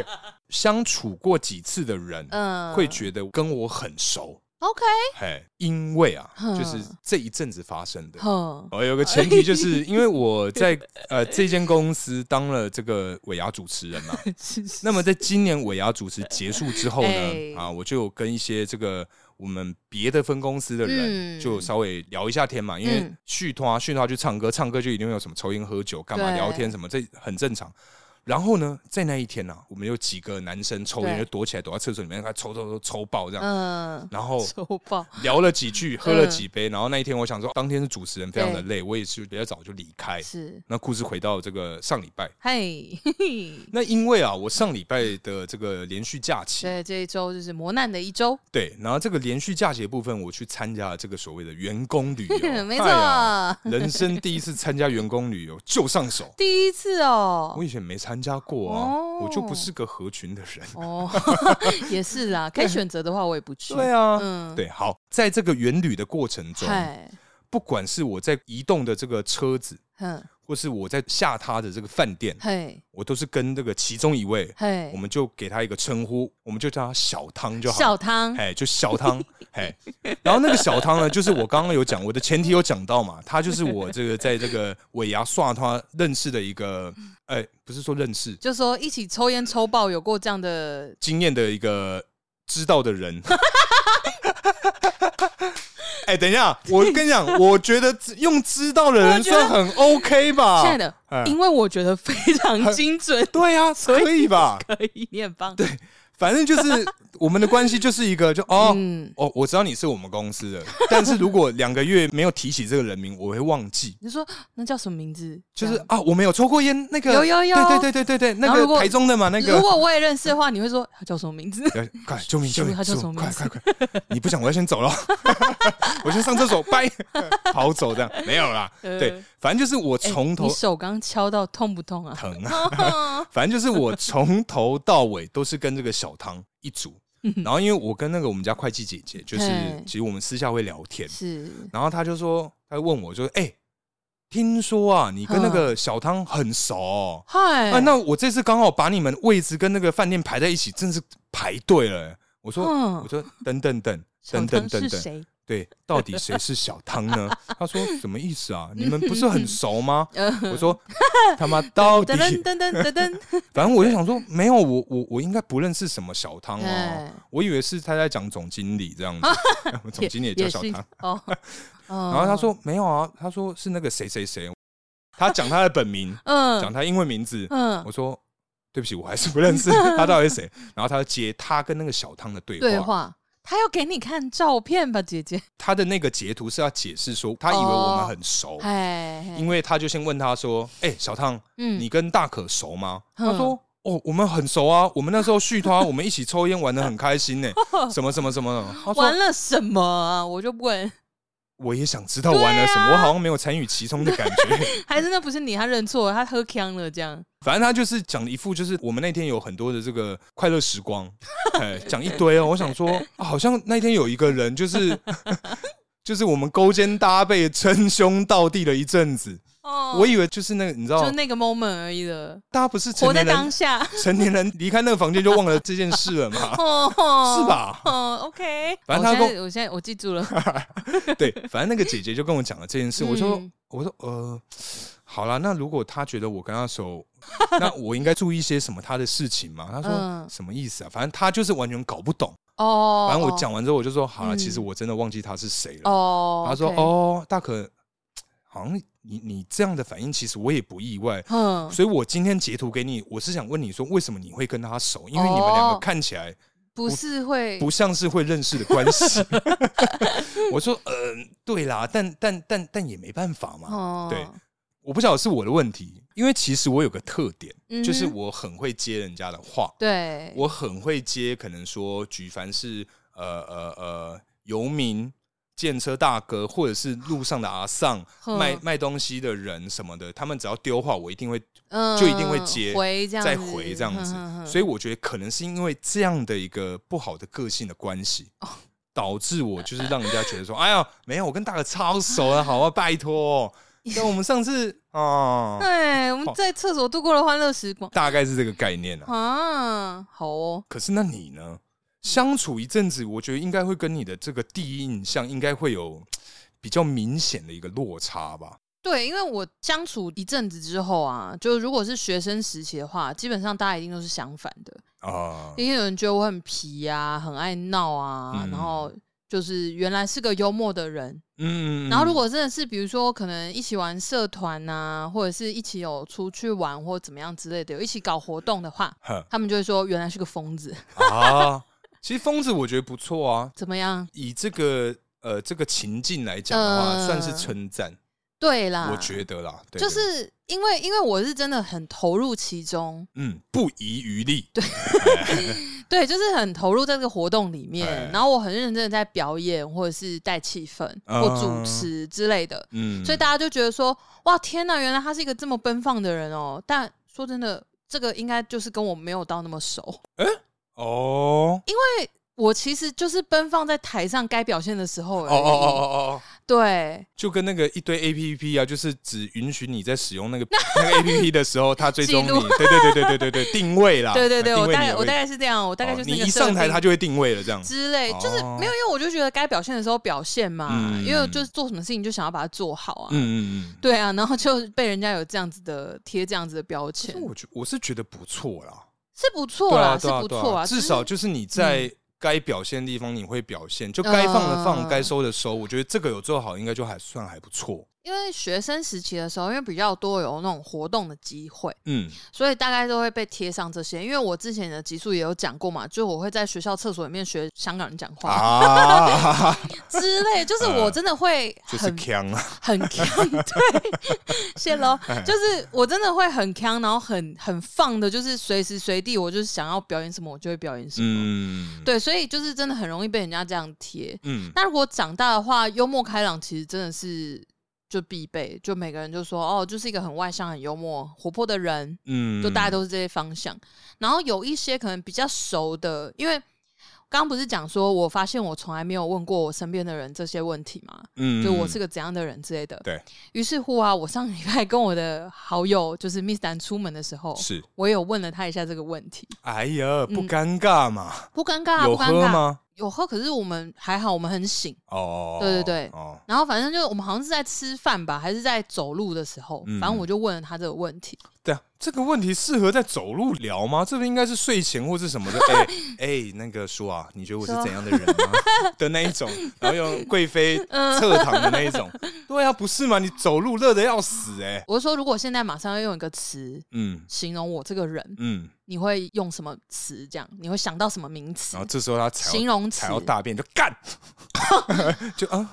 相处过几次的人嗯，会觉得跟我很熟， OK，嘿，因为啊，哼就是这一阵子发生的。 *laughs* 哼，哦，有个前提就是因为我在呃这间公司当了这个尾牙主持人嘛，那么在今年尾牙主持结束之后呢，哎啊，我就跟一些这个我们别的分公司的人嗯就稍微聊一下天嘛，因为嗯续团啊续团去唱歌，唱歌就一定会有什么抽烟喝酒干嘛对聊天什么，这很正常。然后呢，在那一天呢、啊，我们有几个男生抽烟对就躲起来，躲在厕所里面，他抽抽抽抽爆这样。 *laughs* 嗯，然 *laughs* 后手爆，聊了几句，喝了几嗯杯，然后那一天我想说，当天是主持人非常的累，我也是比较早就离开。是，那故事回到这个上礼拜，嘿， *laughs* 嘿嘿那因为啊，我上礼拜的这个连续假期，所以这一周就是磨难的一周，对，然后这个连续假期的部分，我去参加了这个所谓的员工 *laughs* 旅游，没错哎，呀人生第一次参加员工旅游就上手，第一次哦我，以前没参加过啊，哦我就不是个合群的人。哦， *laughs* 也 *laughs* 是啦，可以选择的话我也不去，对啊，嗯，对，好，在这个远旅的过程中，嗨，不管是我在移动的这个车子，嗯，或是我在下榻的这个饭店，嘿，我都是跟这个其中一位，嘿我，们就给他一个称呼，我们就叫他小汤就好了。小汤，哎，就小汤，哎，然后那个小汤呢，就是我刚刚有讲，我的前提有讲到嘛，他就是我这个在这个尾牙刷他认识的一个，哎，不是说认识就说一起抽烟抽爆，有过这样的经验的一个知道的人。哎，等一下，我跟你讲，我觉得用知道的人算很 OK 吧？亲爱的，哎因为我觉得非常精准，对呀、可以吧？可以，你很棒。对，反正就是我们的关系就是一个就哦。嗯，哦，我知道你是我们公司的，但是如果两个月没有提起这个人名，我会忘记。你说那叫什么名字？就是这样啊，我们有抽过烟，那个有有有对对对 *laughs* 对对对，然后那如果个台中的嘛，那如个。果我也认识的话，你会说他叫什么名字？呃快救命救命！他叫救什么命快名字快快！你不讲，我要先走了， *laughs* 我先上厕 *laughs* 所，拜， *laughs* 跑走这样没有啦。呃 *laughs* 对，反正就是我哎从头你手刚敲到痛不 *laughs* 痛啊？疼啊，反正就是我从头到尾都是跟这个小汤一组。然后因为我跟那个我们家会计姐姐，就是嗯嘿其实我们私下会聊天，是，然后她就说，她就问我就说，哎，听说啊，你跟那个嗯小汤很熟哦。嗨，啊，那我这次刚好把你们位置跟那个饭店排在一起，真是排队了欸。我说，嗯我说，等等等小等等汤等是等， *laughs* 谁？对，到底谁是小汤呢？他说什么意思啊？你们不是很熟吗？我说他妈嗯到底呃噔，噔噔噔噔 *laughs* 噔，反正我就想说，没有，我我我应该不认识什么小汤哦哎，我以为是他在讲总经理这样子， *laughs* *laughs* 总经理也叫也小是汤。 *laughs* 哦。然然后他，说没有啊，他说是那个谁谁谁，他讲他的本名，讲嗯他英文名字，嗯，我说对不起，我还是不认 *laughs* 识他到底是谁。然后他就截他跟那个小汤的对话，对话，他要给你看照片吧，姐姐。他的那个截图是要解释说，他以为我们哦很熟，哎，嘿哦因为他就先问他说：“哎、小汤，嗯你跟大可熟吗？”嗯他说。哦，我们很熟啊！我们那时候续团，我们一起抽烟玩的很开心 *laughs* 呢、什么什么什么的。他玩说了什么啊？我就问，我也想知道玩了什么，对啊我好像没有参与其中的感觉。还是那不是你，他认错了，他喝呛了这样。反正他就是讲了一副，就是我们那天有很多的这个快乐时光， *laughs* 哎，讲一堆哦。我想说，啊好像那天有一个人，就是 *laughs* 就是我们勾肩搭背、称兄道弟了一阵子。哦我以为就是那个，你知道就，那个 moment 而已了，大家不哦是啊活成在年当人，下，？成年人离开那个房间就忘了这件事了嘛 *laughs* 哦，是是？吧？哦，OK。哦反正我他跟现在我现在我记住了，对，反正那个姐姐就跟我讲了这件事，我说嗯，我说，呃，好啦，那如果她觉得我跟她熟， *laughs* 那我应该注意一些什么她的事情吗？她说嗯什么意思啊？反正她就是完全搞不懂。哦，反正我讲完之后，我就说好了，嗯其实我真的忘记他是谁了。哦，他说 OK，哦，大可，嘖好像你你这样的反应，其实我也不意外。嗯，所以我今天截图给你，我是想问你说，为什么你会跟他熟？因为你们两个哦看起来不是会不像是会认识的关系。 *laughs* 我说，嗯、对啦，但但但但也没办法嘛。哦对我不晓得是我的问题，因为其实我有个特点，嗯哼就是我很会接人家的话，对，我很会接，可能说举凡是呃呃呃游民、建车大哥，或者是路上的阿丧、哼卖卖东西的人什么的，他们只要丢话，我一定会嗯就一定会接回这样再子回这样子。哼哼哼所以我觉得可能是因为这样的一个不好的个性的关系。导致我就是让人家觉得说， *laughs* 哎呀，没有，我跟大哥超熟了，好啊，拜托。那我们上次哦，对，我们在厕所度过了欢乐时光大概是这个概念啊。啊，好哦，可是那你呢？相处一阵子，我觉得应该会跟你的这个第一印象应该会有比较明显的一个落差吧？对，因为我相处一阵子之后啊，就如果是学生时期的话，基本上大家一定都是相反的。啊、一定有人觉得我很皮啊，很爱闹啊，嗯然后就是原来是个幽默的人。嗯然后如果真的是比如说可能一起玩社团啊，或者是一起有出去玩或怎么样之类的，有一起搞活动的话，哼他们就会说原来是个疯子，啊，其实疯子我觉得不错啊，怎么样？以这个呃这个情境来讲的话，嗯算是称赞，对啦，我觉得啦，对啊就对是因为因为我是真的很投入其中，嗯不遗余力，对，对，就是很投入在这个活动里哎面，然后我很认真的在表演或者是带气氛或主持之类的，嗯所以大家就觉得说，哇，天呐，原来他是一个这么奔放的人哦。但说真的，这个应该就是跟我没有到那么熟。 *laughs* 哦我其实就是奔放在台上该表现的时候哦哦而已。哦哦哦。对，就跟那个一堆 A P P 啊，就是只允许你在使用那个 *laughs* 那个 A P P 的时候，它追踪你，记录对对对对对对对，定位啦，啊 *laughs* 对对对，定我位大你概的我位大置概是这样，我大概就哦是那你个一上台它就就会定位了，这样之类，就是哦没有，因为我就觉得该表现的时候表现嘛，嗯因为就是做什么事情就想要把它做好啊。嗯嗯嗯。对啊，然后就被人家有这样子的贴这样子的标签但，我觉我是觉得不错啦，是不错对啦，啊是对啊不对错啊，啊，至少就是你在该表现的地方你会表现，就该放的放，嗯该收的收，我觉得这个有做好，应该就还算还不错。因为学生时期的时候，因为比较多有那种活动的机会，嗯所以大概都会被贴上这些。因为我之前的集数也有讲过嘛，就我会在学校厕所里面学香港人讲话、 *laughs* 啊，之类，就是我真的会嗯就是很、强 *laughs* 啊，很强，对，谢喽，哎就是我真的会很强，然后很很放的，就是随时随地我就是想要表演什么，我就会表演什么。嗯，对，所以就是真的很容易被人家这样贴。嗯那如果长大的话，幽默开朗其实真的是就必备，就每个人就说哦，就是一个很外向、很幽默、活泼的人，嗯，就大家都是这些方向。然后有一些可能比较熟的，因为刚刚不是讲说，我发现我从来没有问过我身边的人这些问题嘛，嗯，就我是个怎样的人之类的。对于是乎啊，我上礼拜跟我的好友就是 Miss Dan 出门的时候，是，我嗯也有问了他一下这个问题，哎呀，不尴尬嘛，不尴尬、啊，有不尴喝尬，吗？有喝，可是我们还好，我们很醒。哦，对对对哦，然后反正就是我们好像是在吃饭吧，还是在走路的时候，嗯反正我就问了他这个问题。对啊，这个问题适合在走路聊吗？这个应该是睡前或是什 *laughs* 么的。哎哎、那个叔啊，你觉得我是说怎样的人 *laughs* 吗？的那一种，然后用贵妃侧躺的那一种。嗯对啊，不是嘛？你走路热的要死哎、我就说，如果现在马上要用一个词嗯形容我这个人，嗯，你会用什么词？这样你会想到什么名词然后、这时候他踩形到容词踩？到大便就 *laughs* 干，就啊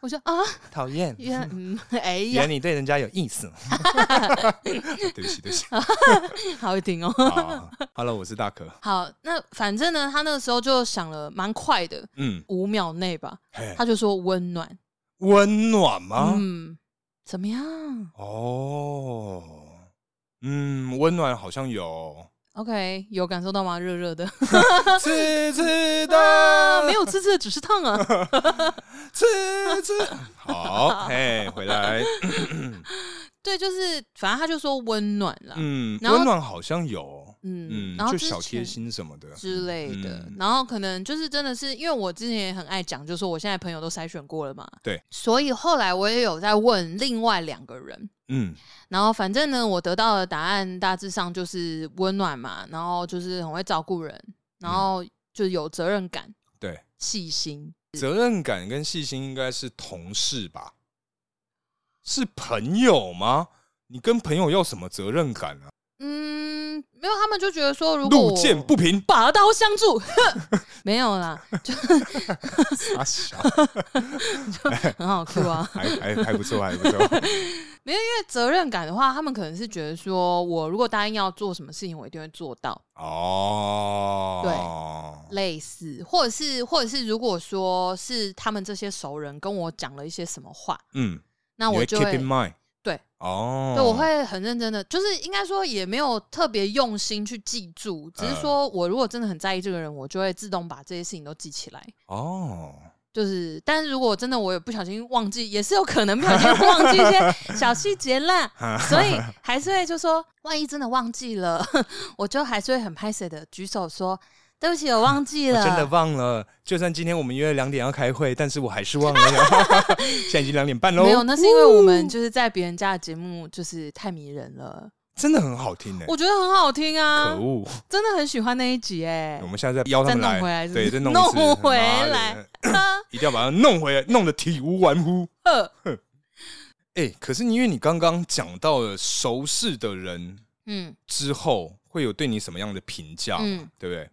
我说啊，讨厌，原来嗯， *laughs* 哎原来呀，你对人家有意 *laughs* 思。对不起对不起好会听哦。啊，Hello，我是大可。好，那反正呢，他那个时候就想了蛮快的，嗯，五秒内吧，嘿他就说温暖，温暖吗？嗯，怎么样哦，嗯，温暖好像有， ？OK，有感受到吗？热热的，吃吃啊，的 *laughs* 嗯 *laughs* 没，有刺刺的，只是烫啊。吃吃，好，哎，回来，对，就是反正他就说温暖啦，嗯，然后温暖好像有，嗯，嗯然，后就之小贴前心什么的之类的。嗯然后可能就是真的是因为我之前也很爱讲，就是说我现在朋友都筛选过了嘛，对，所以后来我也有在问另外两个人。嗯然后反正呢，我得到的答案大致上就是温暖嘛，然后就是很会照顾人，然后就是有责任感、嗯对，细心。责任感跟细心应该是同事吧。是朋友吗？你跟朋友要什么责任感啊？嗯，没有，他们就觉得说，如果路我见不平，拔刀相助， *laughs* 没有啦，傻小，很好哭啊。 *laughs* 还还还不错，还不错。因为责任感的话，他们可能是觉得说，我如果答应要做什么事情，我一定会做到，哦，类似，或者是，或者是，如果说是他们这些熟人跟我讲了一些什么话，对，嗯，那我你就 keep 会 in mind，对，哦，对，我会很认真的，就是应该说也没有特别用心去记住，只是嗯说我如果真的很在意这个人，我就会自动把这些事情都记起来。哦，就是，但是如果真的我有不小心忘记，也是有可能不小心忘记一些 *laughs* 小细节啦，所以还是会就说，万一真的忘记了， *laughs* 我就还是会很拍谁的举手说，对不起，我忘记我了，真的忘了。就算今天我们约两点要开会，但是我还是忘了。 *laughs* 现在已经两点半没有，喽，那是因为我们就是在别人家的节目就是太迷人了，真的很好听呢。欸我觉得很好听啊可，恶！真的很喜欢那一集哎、我们下次再邀他们再弄回来来，是不对，是再弄一次弄回妈的来 *laughs* 一定要把它弄回来，弄得体无完肤。呃哎、可是因为你刚刚讲到了熟识的人嗯之后，会有对你什么样的评价，嗯对不对？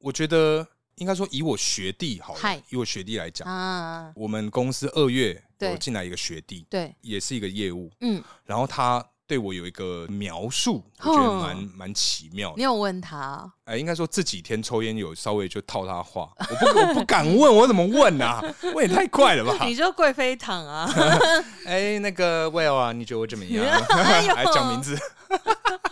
我觉得应该说，以我学弟好了嗨，以我学弟来讲，啊，我们公司二月对有进来一个学弟，对，也是一个业务，嗯，然后他对我有一个描述，我觉得哼蛮蛮奇妙的你。有问他哦哎，应该说这几天抽烟有稍微就套他话，我不我不敢问，我怎么问 *laughs* 啊？问也太快了吧！你就贵妃糖啊，哎，那个 Will 啊，你觉得我怎么样？ *laughs* 哎呦还讲名字，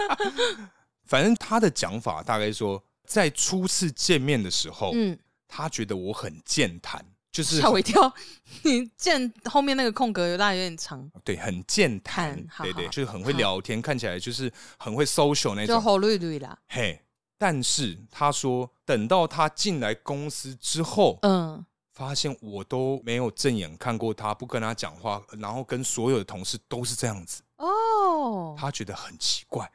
*laughs* 反正他的讲法大概说，在初次见面的时候，嗯。他觉得我很健谈，就是吓我一跳！ *laughs* 你见后面那个空格有大有点长，对，很健谈谈，好对对，好就是很会好聊天，看起来就是很会 social 那就种。红绿绿啦。嘿，但是他说，等到他进来公司之后，嗯，发现我都没有正眼看过他，不跟他讲话，然后跟所有的同事都是这样子，哦，他觉得很奇怪。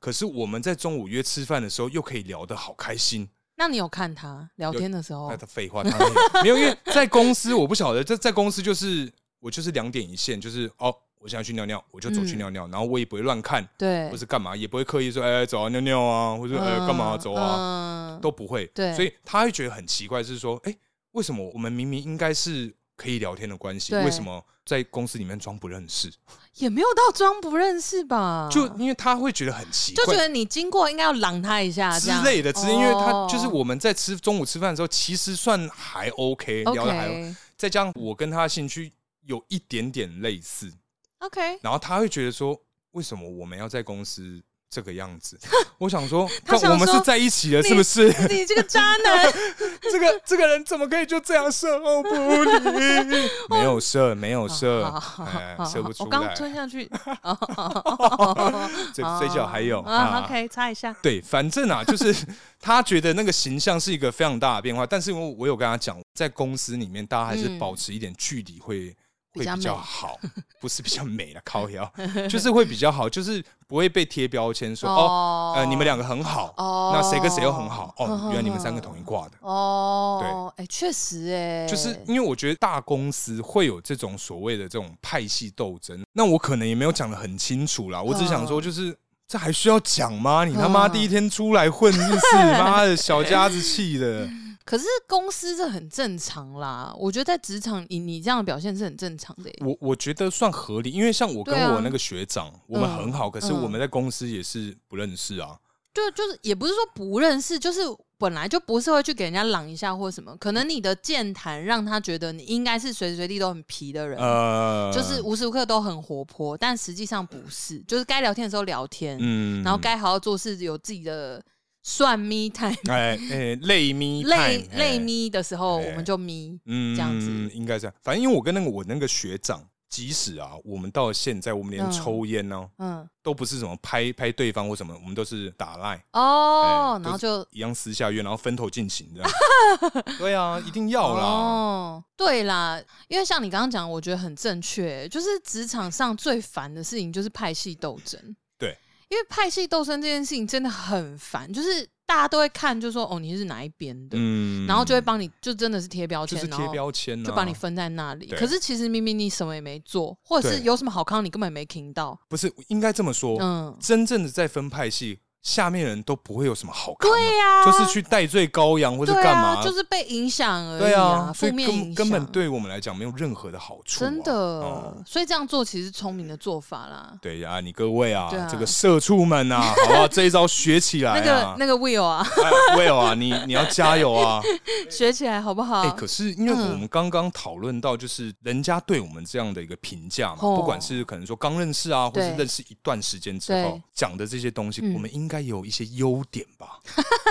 可是我们在中午约吃饭的时候，又可以聊得好开心。那你有看他聊天的时候那？他废话，他没有 *laughs* 没有，因为在公司我不晓得，在在公司就是我就是两点一线，就是哦，我现在去尿尿，我就走去嗯尿尿，然后我也不会乱看，对或，是干嘛，也不会刻意说哎、走啊尿尿啊，或者哎嗯干嘛走啊，嗯都不会。对所以他会觉得很奇怪，是说，哎、为什么我们明明应该是可以聊天的关系，对嗯为什么在公司里面装不认识？也没有到装不认识吧？就因为他会觉得很奇就觉怪。得你经过应该要朗他一下之这样类的，只是因为他哦就是我们在吃中午吃饭的时候，其实算还 OK，聊的还 OK，哦 OK 再加上我跟他的兴趣有一点点类似， OK，然后他会觉得说，为什么我们要在公司这个样子？我想说， *laughs* 他看想我们是说在一起了，你是不是？你这个渣 *laughs* 男，这个这个人怎么可以就这样射后不理？没有射，没有射好好，哎好好射不出我来刚。吞下 *laughs* 去，哦哦哦嘴哦嘴角还有啊啊，OK，擦一下，对，反正 *laughs* 啊，就是他觉得那个形象是一个非常大的变化，但是因为我有跟他讲，在公司里面，大家还是嗯保持一点距离 *laughs* 会。比会较比较美 *laughs* 好，不是比较美了，靠腰，就是会比较好，就是不会被贴标签说哦，呃，你们两个很好，哦那谁跟谁又很好，呵呵哦，呵原来你们三个同一挂的，哦，哎，确实哎，就是因为我觉得大公司会有这种所谓的这种派系斗争，那我可能也没有讲的很清楚啦，我只想说就是。这还需要讲吗？你他妈嗯第一天出来混日式，妈的小家子气 *laughs* 的，可是公司这很正常啦，我觉得在职场你你这样的表现是很正常的耶。我我觉得算合理，因为像我跟对啊我那个学长，我们很好，可是嗯我们在公司也是不认识啊。就就是也不是说不认识，就是本来就不是会去给人家朗一下或什么，可能你的健谈让他觉得你应该是随时随地都很皮的人，呃，就是无时无刻都很活泼，但实际上不是，就是该聊天的时候聊天，嗯然后该好好做事有自己的算咪 time，哎哎累 *laughs* 咪累派累，哎咪的时候哎我们就咪，嗯这样子应该这样。反正因为我跟那个我那个学长，即使啊，我们到现在我们连嗯抽烟呢、嗯都不是什么拍拍对方或什么，我们都是打赖哦哎，然后就一样私下约，然后分头进行这 *laughs* 样。对啊，一定要啦。哦，对啦，因为像你刚刚讲，我觉得很正确，就是职场上最烦的事情就是派系斗争。对，因为派系斗争这件事情真的很烦，就是大家都会看，就说哦你是哪一边的，嗯然后就会帮你就真的是贴标就签，是然贴后标签、啊，就把你分在那里。对可是其实明明你什么也没做，或者是对有什么好康你根本没听到。不是应该这么说，嗯，真正的在分派系，下面人都不会有什么好看的，对呀、就是去戴罪羔羊或者对干嘛，啊，就是被影响而已、对啊，所负以面影响根根本对我们来讲没有任何的好处啊、真的、哦所以这样做其实是聪明的做法啦。对呀、你各位啊，对啊这个社畜们啊，好不好？这一招学起来 *laughs* 那个啊！那个 Will 啊，哎 *laughs* Will 啊，你你要加油啊！学起来好不好？哎、可是因为我嗯们刚刚讨论到，就是人家对我们这样的一个评价嘛，哦不管是可能说刚认识啊，或是对认识一段时间之后对讲的这些东西，嗯我们应该也有一些优点 *laughs* 吧？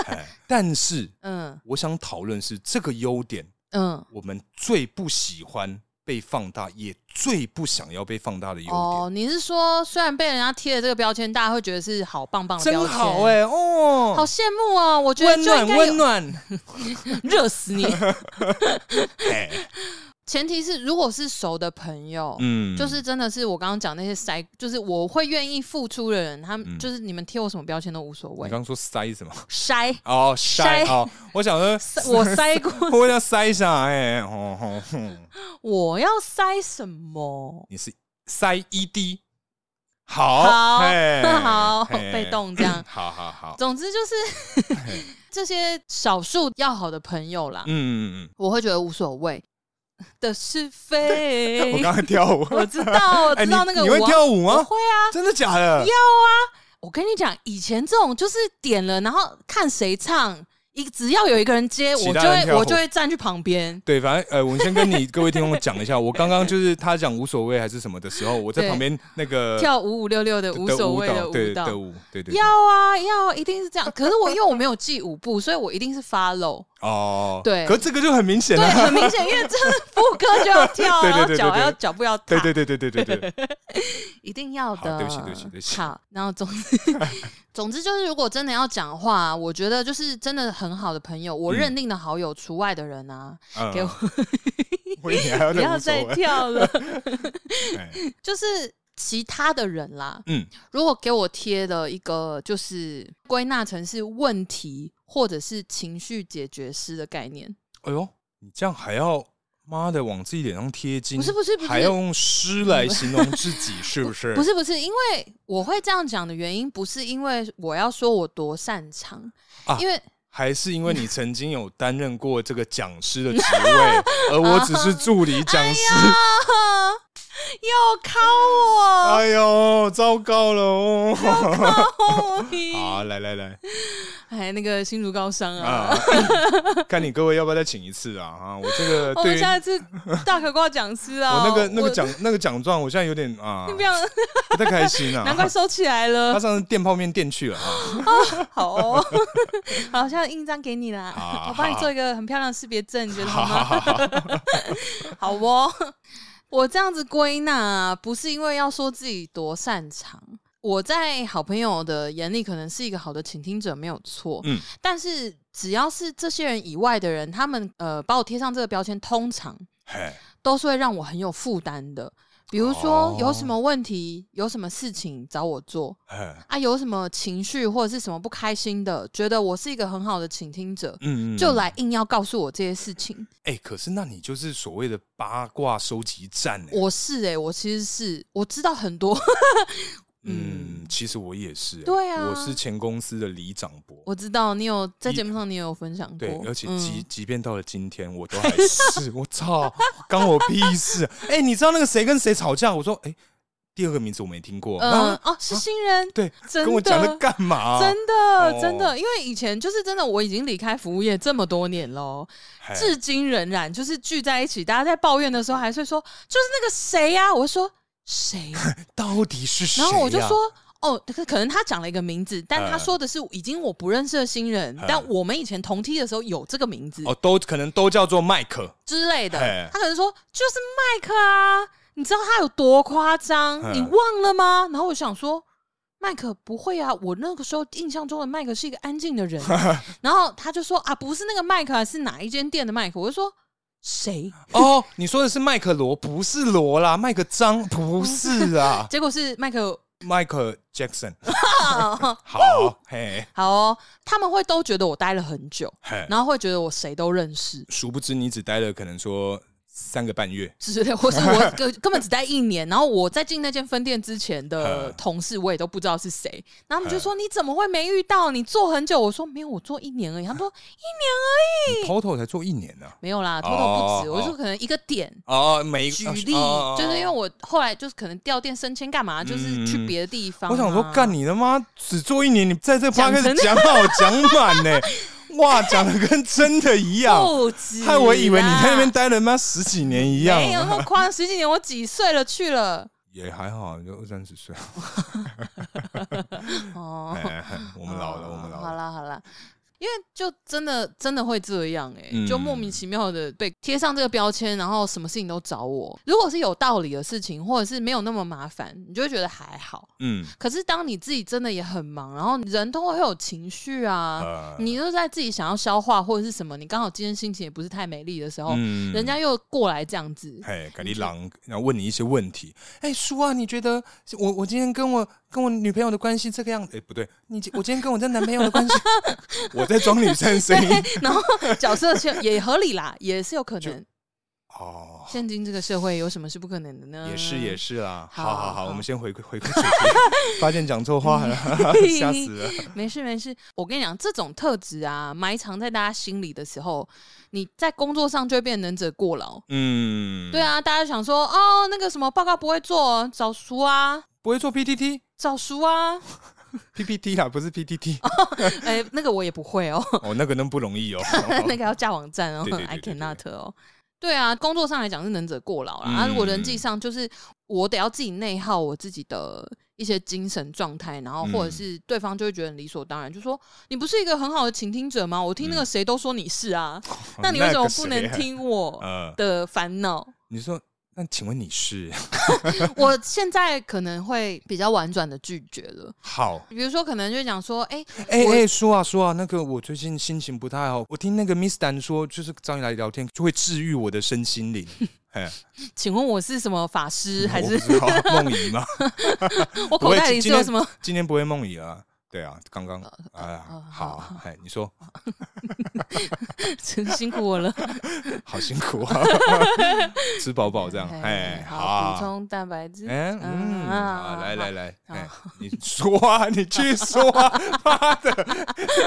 哎但是嗯我想讨论是这个优点，嗯，我们最不喜欢被放大，也最不想要被放大的优点。哦，你是说虽然被人家贴了这个标签，大家会觉得是好棒棒的标真签，好哎、哦，好羡慕哦！我觉得温就暖应该温有暖， *laughs* 热死你。 *laughs* 哎， *laughs* 前提是如果是熟的朋友，嗯就是真的是我刚刚讲那些塞，就是我会愿意付出的人，他们、嗯就是你们贴我什么标签都无所你谓刚。刚说塞 *laughs* 什么？筛，哦，塞塞哦，我想说，我塞过，我要塞啥？哎，哦哦，哼我要塞什么？你是塞 ED，好，好嘿 *laughs* 好嘿被动这样好好好，总之就是 *laughs* 嘿这些少数要好的朋友啦，嗯嗯我会觉得无所谓的是非。嗯， *laughs* 我刚才跳舞，我知道，我哎，知你道那个你会舞啊跳舞我吗？会啊。真的假的？我跟你讲，以前这种就是点了，然后看谁唱，一只要有一个人接，其我就他人会跳舞我就会站去旁边。对，反正呃，我先跟你各位听众讲一下，我刚刚就是他讲无所谓还是什么的时候，我在对旁边那个跳五五六六的呃的无所谓蹈对舞的蹈，舞，对对对要啊要啊，一定是这样。可是我因为我没有记舞步，所以我一定 *laughs* 是 follow。哦，对可这个就很明显对，了，很明显，因为这是副歌就要 *laughs* 跳，对对然后对对脚对要脚步要踏对，对对对对对对，一定要好的。对不起对不起对不起好，然后总总之就是，如果真的要讲话，我觉得就是真的很好的朋友，我嗯认定的好友除外的人啊，嗯给我，我以为还要不再要啊无所再谓跳了。 *laughs* 哎 *laughs* 就是其他的人啦，嗯，如果给我贴了一个就是归纳成是问题或者是情绪解决师的概念，哎呦，你这样还要妈的往自己脸上贴金？不是不是不是还要用诗来形容自己，是不是？不，是不是，因为我会这样讲的原因，不是因为我要说我多擅长，啊因为还是因为你曾经有担任过这个讲师的职 *laughs* 位，而我只是助理讲师。啊， *laughs* 又靠我， *laughs* 哎呦，糟糕了哦！靠好，我，来来来哎，那个新竹高商啊。啊，看你各位要不要再请一次啊？啊， *laughs* 我这个哦我对们于下次大可挂讲师啊，我那个那我个，奖那个奖状，我现在有点啊你不要，不太开心啊。 *laughs* 难怪收起来 *laughs* 了他。上次电泡面电去了啊！好哦， *laughs* 好，现在印章给你啦，好我帮你好做一个很漂亮的识别证，你觉得好啊好好好吗？好，好哦， *laughs* 我这样子归纳啊，不是因为要说自己多擅长。我在好朋友的眼里，可能是一个好的倾听者，没有错。嗯但是只要是这些人以外的人，他们呃把我贴上这个标签，通常嘿，都是会让我很有负担的。比如说哦有什么问题、有什么事情找我做，嘿啊，有什么情绪或者是什么不开心的，觉得我是一个很好的倾听者，嗯，嗯就嗯来硬要告诉我这些事情。哎、可是那你就是所谓的八卦收集站、欸、我是哎、我其实是我知道很多，嗯，其实我也是欸、对啊我是前公司的李长博。我知道你有在节目上你有分享过对，，而且嗯即、即便到了今天，我都还是我操，关我屁事啊！哎、你知道那个谁跟谁吵架？我说，哎、第二个名字我没听过，嗯啊、哦是新人，对，真的跟我讲的干嘛、真的、哦真的，因为以前就是真的，我已经离开服务业这么多年喽，嘿至今仍然就是聚在一起，大家在抱怨的时候还是会说，就是那个谁呀、我就说谁呀 *laughs* 到底是谁、然呀后我就说。哦，可可能他讲了一个名字，但他嗯说的是已经我不认识的新人，嗯但我们以前同梯的时候有这个名字哦，都可能都叫做麦克，之类的嘿。他可能说就是麦克啊，你知道他有多夸张？嗯你忘了吗？然后我想说，麦克不会啊，我那个时候印象中的麦克是一个安静 *laughs* 的人。然后他就说啊，不是那个麦克啊，是哪一间店的麦克？我就说谁？，哦，你说的是麦克罗，不是罗啦，麦克张，不是啊结果是麦克 Michael *laughs* Jackson，好好，嘿，哦，他们会都觉得我待了很久，嘿，然后会觉得我谁都认识殊不知你只待了可能说三个半月，之类，或是 *laughs* 我根根本只待一年，然后我在进那间分店之前的嗯同事，我也都不知道是谁，然后他们就说你怎么会没遇到？你做很久，我说没有，我做一年而已。他们说你 Toto 才做一年啊呢、没有啦，偷偷不止，哦我就可能一个点。哦，每举例，就是因为我后来就是可能调店升迁干嘛，就是去别的地嗯方啊。我想说，干你他妈只做一年，你在这趴讲开始成讲好讲满 *laughs* 呢，哇，讲的跟真的一样，不止啦，害我以为你在那边待了妈十几年一样，没有那么夸张，十几年我几岁了去了也还好，就二三十岁， *laughs* 哦哎。哎哎我我们老了，我们老哦好了，啦好啦，因为就真的真的会这样哎、嗯就莫名其妙的被贴上这个标签，然后什么事情都找我。如果是有道理的事情，或者是没有那么麻烦，你就会觉得还好。嗯，可是当你自己真的也很忙，然后人都会有情绪啊，呃你就在自己想要消化或者是什么，你刚好今天心情也不是太美丽的时候，嗯人家又过来这样子，嘿，凯利狼，然后问你一些问题。哎、叔啊，你觉得我我今天跟我跟我女朋友的关系这个样子？哎、不对，你今我今天跟我这男朋友的关 *laughs* 系，我在装女生声音。然后角色却也合理啦，也是有可就能。哦，现今这个社会有什么是不可能的呢？也是也是，是啦。好好好好好，我们先回归回归主题，发现讲错话了，吓死 *laughs* 了。没事没事。我跟你讲，这种特质啊，埋藏在大家心里的时候，你在工作上就会变能者过劳。嗯，对，啊，大家想说哦，那个什么报告不会做，找熟啊，不会做 PPT。找熟啊， PPT 啦，啊不是 PTT 哎、那个我也不会哦。 *laughs* 哦，那个那不容易 *laughs* 哦。那个要架网站哦对对对，I 对对 cannot 哦。对啊，工作上来讲是能者过劳啦。啊，如果嗯人际上就是我得要自己内耗我自己的一些精神状态，然后或者嗯是对方就会觉得很理所当然，就说你不是一个很好的倾听者吗？我听嗯那个谁都说你是啊，那你为什么个不谁能啊？*laughs* 听我呃，的烦恼？你说，那请问你是 *laughs* 我现在可能会比较婉转的拒绝了，好比如说可能就讲说，哎、哎我哎，说啊说啊，那个我最近心情不太好，我听那个 Miss 丹说，就是找你来聊天就会治愈我的身心灵。哎，请问我是什么法师， *laughs* 还 *laughs* 我是不知道梦遗吗？我口我也袋今里是今有天什么？今天不会梦遗啊？对啊，刚刚哎呃好好哎，你说真 *laughs* 辛苦我了。好辛苦 *laughs* 啊，吃饱饱这样哎好好，补啊。充蛋白 *laughs* 质。哎嗯嗯，啊好来好来来，好哦哎，你说啊， *laughs* 你去说啊， *laughs* 妈的，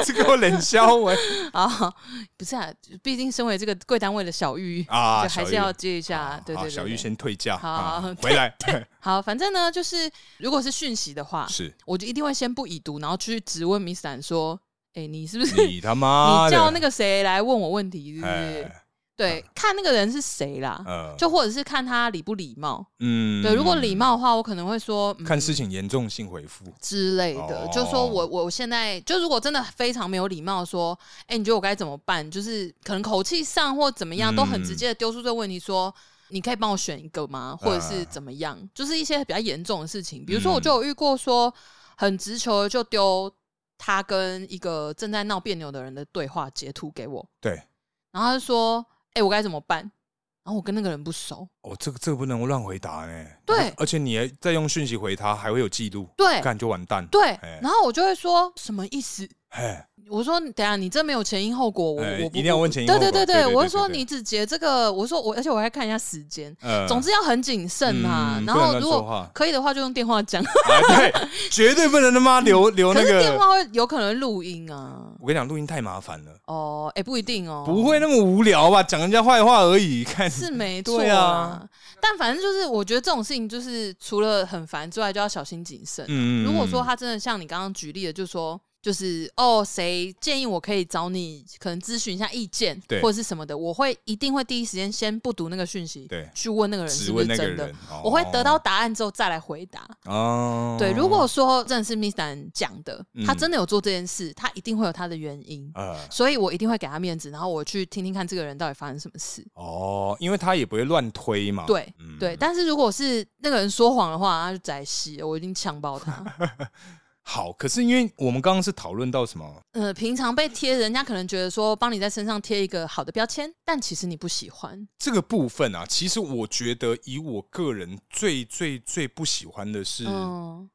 这个我冷笑我啊，不是啊，毕竟身为这个贵单位的小玉，啊， *laughs* 就还小是玉要接一好下。对对好对，小对玉先退价好啊好，回 *laughs* 来好，反正呢，就是如果是讯息的话，是。我就一定会先不已读，然后去质问 Miss 兰说：“哎，你是不是 *laughs* 你他妈的，叫那个谁来问我问题？是不是？啊哎，对，看那个人是谁啦，呃，就或者是看他礼不礼貌。嗯对，如果礼貌的话，我可能会说嗯看事情严重性回复，之类的，哦就说我我现在就如果真的非常没有礼貌，说，哎、你觉得我该怎么办？就是可能口气上或怎么样，嗯哎都很直接的丢出这个问题说。你可以帮我选一个吗？或者是怎么样？就是一些比较严重的事嗯情，比如说我就有遇过说很直球的就丢他跟一个正在闹别扭的人的对话截图给我，对，然后他就说：“哎、我该怎么办？”然后我跟那个人不熟，哦，这个这个不能乱回答呢，对而且你还再用讯息回他，还会有记录，对干就完蛋，对哎，然后我就会说什么意思？嘿，我说，等一下你这没有前因后果，我、哎我不一定要问前因对后对果对对对对我是说对对你只截这个，我说我，而且我还看一下时间，呃总之要很谨慎啊。嗯然不能后乱如说果话，可以的话，就用电话讲，哎 *laughs* 对，绝对不能他妈留留嗯可那是电个，话会有可能录音啊。我跟你讲，录音太麻烦了，哦，哎、不一定哦，不会那么无聊吧？讲人家坏话而已，看是没错对啦啊。但反正就是，我觉得这种事情就是除了很烦之外，就要小心谨慎。嗯如果说他真的像你刚刚举例的，就说就是哦，谁建议我可以找你，可能咨询一下意见，对或者是什么的，我会一定会第一时间先不读那个讯息，对去问那个人是只不问是那个真的，人，哦我会得到答案之后再来回答。哦，对，如果说真的是 Miss Dan 讲的，嗯他真的有做这件事，他一定会有他的原因，呃。所以我一定会给他面子，然后我去听听看这个人到底发生什么事。哦，因为他也不会乱推嘛。对嗯对，但是如果是那个人说谎的话，他就宰戏了，我已经呛爆他。好，可是因为我们刚刚是讨论到什么？呃，平常被贴，人家可能觉得说帮你在身上贴一个好的标签，但其实你不喜欢。这个部分啊，其实我觉得以我个人最最最不喜欢的是，嗯，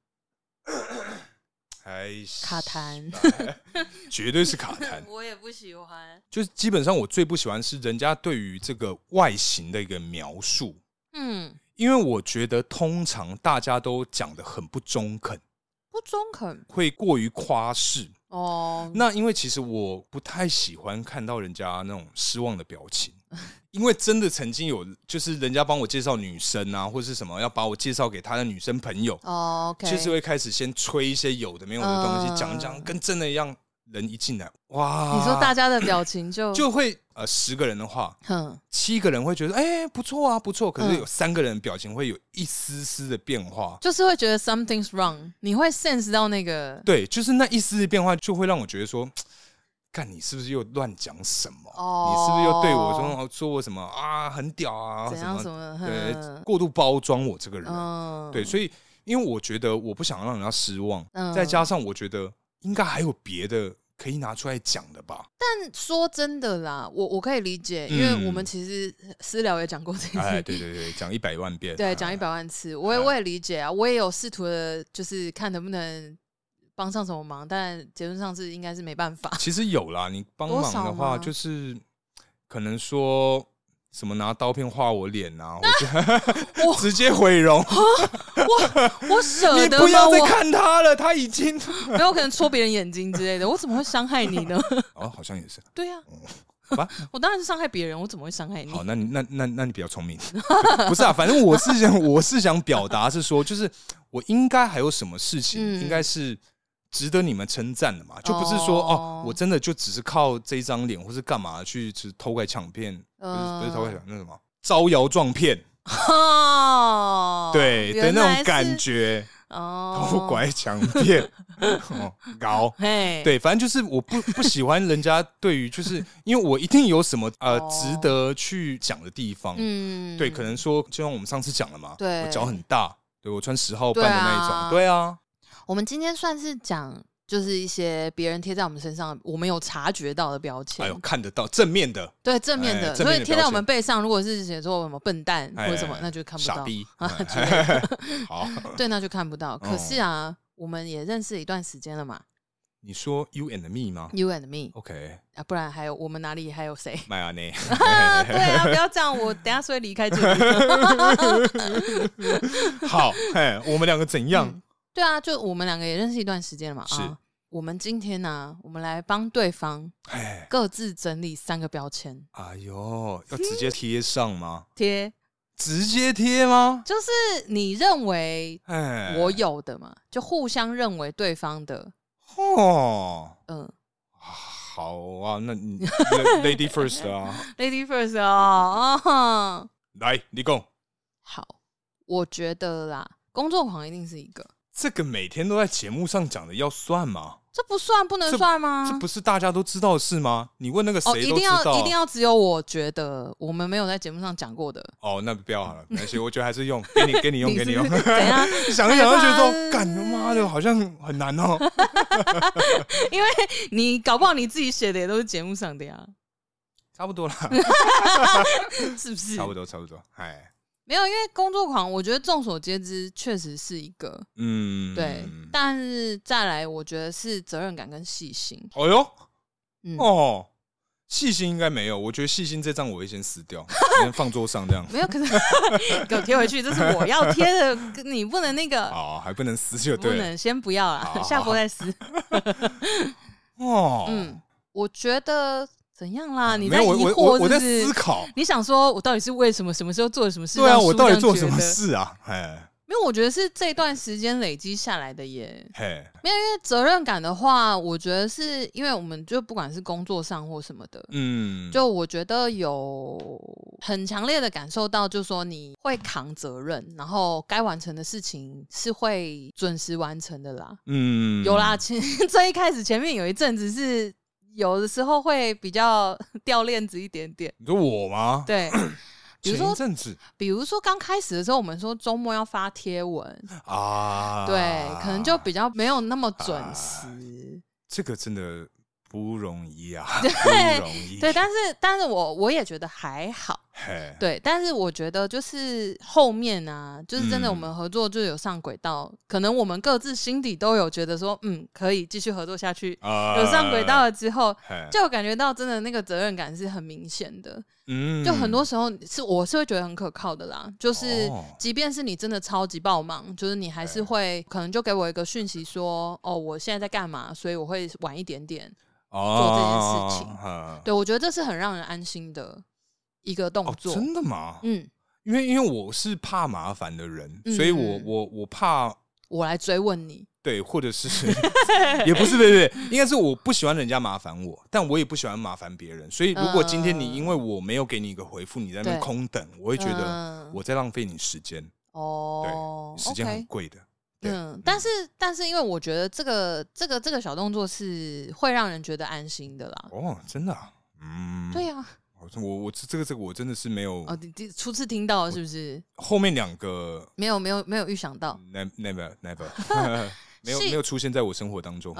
还卡痰，绝对是卡 *laughs*。痰我也不喜欢。就是基本上我最不喜欢是人家对于这个外形的一个描述，嗯，因为我觉得通常大家都讲的很不中肯，不中肯会过于夸饰。哦。那因为其实我不太喜欢看到人家那种失望的表情，因为真的曾经有就是人家帮我介绍女生啊，或是什么要把我介绍给他的女生朋友，哦，OK，就是会开始先吹一些有的没有的东西，嗯讲一讲跟真的一样。人一进来，哇！你说大家的表情就啊就会呃十个人的话，哼，七个人会觉得哎、不错啊不错，可是嗯有三个人的表情会有一丝丝的变化。就是会觉得 something's wrong，你会 sense 到那个对，就是那一丝的变化，就会让我觉得说，看你是不是又乱讲什么？哦你是不是又对我说哦说我什么啊，很屌啊，怎样什么？么，对，哼过度包装我这个人。嗯， *laughs* 对，所以因为我觉得我不想让人家失望，嗯再加上我觉得应该还有别的可以拿出来讲的 *laughs* 吧。但嗯说真的啦，我我可以理解，嗯因为我们其实私聊也讲过这件哎，事，对对对，讲一百万遍， *laughs* 对，讲一百万次，我也哎我也理解啊，我也有试图的，就是看能不能帮上什么忙，但结论上是应该是没办法。其实有啦，你帮忙的多少话，吗就是可能说什么拿刀片划我脸啊，或 *laughs* 我者直接毁容，我舍你得不吗？要再我看他了，他已经没有可能戳别人眼睛之类的，我怎么会伤害你呢？ *laughs* *laughs* 哦，好像也是。对呀、好吧，我当然是伤害别人，我怎么会伤害你嗯好，？那你那那那你比较聪明， *laughs* 不是啊？反正我是想，我是想表达是说，就是我应该还有什么事情，嗯应该是值得你们称赞的嘛，就不是说哦哦我真的就只是靠这张脸或是干嘛去去偷拐抢骗，不是不是偷拐抢，那什么招摇撞骗，哦，对的原那来种是感觉，哦，偷拐抢骗， *laughs* 哦搞。嘿，对，反正就是我不不喜欢人家对于，就是因为我一定有什么呃哦值得去讲的地方，嗯对，可能说就像我们上次讲了嘛，对我脚很大，对我穿十号对半的那一啊种，对啊，我们今天算是讲，就是一些别人贴在我们身上，我们有察觉到的标签，哎呦看得到正面的对正面的，哎正面的所以贴在我标们背上，如果是写说什么笨蛋或哎者什么，那就看不傻到， *laughs* 逼，啊哎之类 *laughs* 好， *laughs* 对，那就看不到。可哦是啊，我们也认识一段时间了嘛你说 you and me 吗，you and me ？OK，啊，不然还有我们哪里还 *laughs* 有谁？麦阿内，啊，对啊，不要这样，我等下是会离开这里。 *laughs* 好，哎，我们两个怎样嗯？对啊，就我们两个也认识一段时间了嘛。是啊，我们今天呢、我们来帮对方哎，各自整理三个标签哎呦，要直嗯接贴上吗？贴，直接贴吗？就是你认为哎，我有的嘛，就互相认为对方的，哦，嗯好啊，那你 la- lady first 啊， ，lady first 哦，哦，来，你讲，好，我觉得啦，工作狂一定是一个，这个每天都在节目上讲的要算吗？这不算，不能算吗？这不是大家都知道的事吗？你问那个啊哦，谁一都定知要道啊。一定要只有我觉得我们没有在节目上讲过的，哦，那不要好了，没关系，我觉得还是用，给你给你用， *laughs* 你给是你不用。是怎样？想一想就觉得害怕说，干他妈的，好像很难 *laughs* 哦。你搞不好你自己写的也都是节目上的呀，差不 *laughs* 多啦，嗯是不是？差不多，差不多。哎，没有，因为工作狂，我觉得众所皆知，确实是一个嗯，对，但是再来，我觉得是责任感跟细心。哦哟，嗯，哦，细心应该没有，我觉得细心这张我会先撕 *laughs* 掉，先放桌上这样。没有，可是 *laughs* 给我贴回去，这是我要贴的，跟你不能那个，哦，还不能撕就不对了。能先不要啦好，下播再撕。哦，嗯嗯，我觉得怎样啦？你没在有，疑我我我惑我是在不是思？考，你想说我到底是为什么什么时候做了什么事？对啊，让我书到底这样做了觉什么得？事啊？哎没有，我觉得是这段时间累积下来的耶。嘿，因为责任感的话，我觉得是因为我们就不管是工作上或什么的，嗯，就我觉得有很强烈的感受到，就是说你会扛责任，然后该完成的事情是会准时完成的啦。嗯有啦，， *laughs* 前最一开始前面有一阵子是有的时候会比较 *laughs* 掉链子一点 *coughs* 点，你说我吗？对。比如前一说，阵子比如说刚开始的时候，我们说周末要发贴文，啊，对，可能就比较没有那么准时，这个真的 *laughs* 不容易啊，不容易。对。但是，但是我我也觉得还好，嘿，嘿，对，但是我觉得就是后面啊，就是真的嗯我们合作就有上轨道，可能我们各自心底都有觉得说，嗯，可以继续合作下去。啊有上轨道，了之后，嘿就有感觉到真的那个责任感是很明显的。嗯就很多时候是我是会觉得很可靠的啦，就是哦即便是你真的超级爆忙，就是你还是会可能就给我一个讯息说，哦，我现在在干嘛，所以我会晚一点点。哦做这件事情嗯对我觉得这是很让人安心的一个动哦，作。真的吗？嗯，因为因为我是怕麻烦的人，嗯所以我嗯我我怕我来追问你，对，或者 *laughs* 是也不是，对对，对应该是我不喜欢人家麻烦我，但我也不喜欢麻烦别人。所以如果今天你嗯因为我没有给你一个回复，你在那边对空等，我会觉得嗯我在浪费你时间，哦时间很 OK 贵的。对嗯，但是但是，因为我觉得这个这个这个小动作是会让人觉得安心的啦。哦，真的、啊，嗯，对呀、我我我这个这个我真的是没有，哦，你第初次听到是不是？后面两个没有没有没有预想到， ne- never never *laughs* 没有是哦没有出现在我生活当中，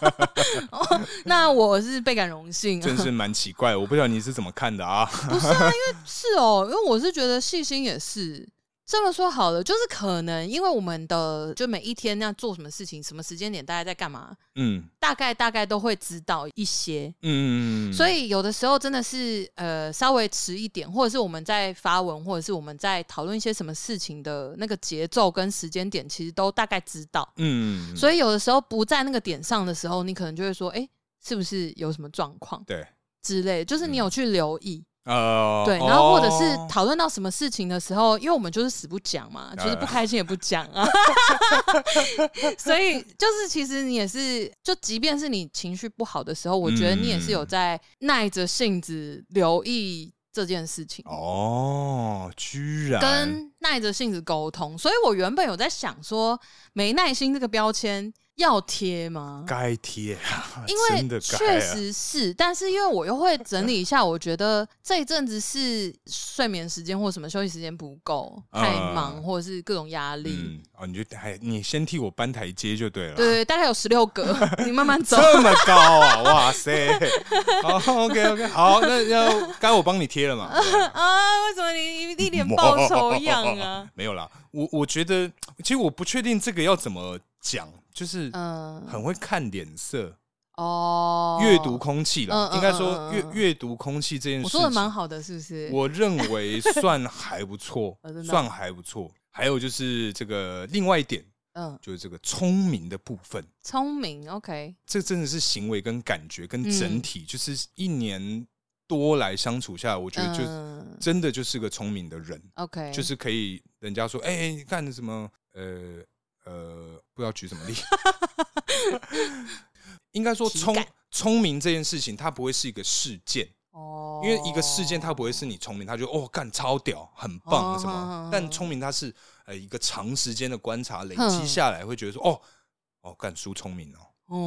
*laughs* 那我是倍感荣幸、啊。真是蛮奇怪的。我不知道你是怎么看的啊？是哦，因为我是觉得细心也是这么说好了，就是可能因为我们的就每一天要做什么事情，什么时间点，大家在干嘛，嗯大概大概都会知道一些。嗯，所以以有的时候真的是呃稍微迟一点，或者是我们在发文，或者是我们在讨论一些什么事情的那个节奏跟时间点，其实都大概知道。嗯，所以有的时候不在那个点上的时候，你可能就会说，哎、是不是有什么状况对。之类的？就是嗯你有去留意，呃，对，然后或者是哦讨论到什么事情的时候，因为我们就是死不讲嘛，就是不开心也不讲啊， *laughs* 所以就是其实你也是，就即便是你情绪不好的时候，我觉得你也是有在耐着性子留意这件事情，哦，居然跟耐着性子沟通。所以我原本有在想说，没耐心这个标签要贴吗？该贴啊，真因的为该啊确实是，但是因为我又会整理一下，我觉得这一阵子是睡眠时间或什么休息时间不够，嗯太忙或者是各种压力。嗯，哦，你就还你先替我搬台阶就对了，对对，对大概有十 *laughs* 六格，你慢慢走。这么高啊，哇 *laughs* 塞，好，OK OK，好，那要该我帮你贴了嘛，啊，为什么你一脸报仇样 *laughs* 啊？没有啦，我我觉得其实我不确定这个要怎么讲，就是嗯，很会看脸色，哦，阅读，空气啦嗯，嗯应该嗯说嗯阅嗯阅读空气这件我事说的情蛮。好的，是不是？我认为算还不错 *laughs* 哦真，的哦算还不错。还有就是这个另外一点，嗯，就是这个聪明的部分，聪明，OK，这真的是行为跟感觉跟嗯整体，就是一年多来相处下来，我觉得就嗯真的就是个聪明的人， ，OK，就是可以人家说，哎、你干什么？呃呃，不知道举什么 *laughs* 例，应该说体聪感聪明这件事情，它不会是一个事件。哦，因为一个事件它不会是你聪明，他就哦干超屌，很哦棒什么。嗯嗯嗯但聪明它是呃一个长时间的观察累积哼下来，会觉得说哦哦干叔聪明哦，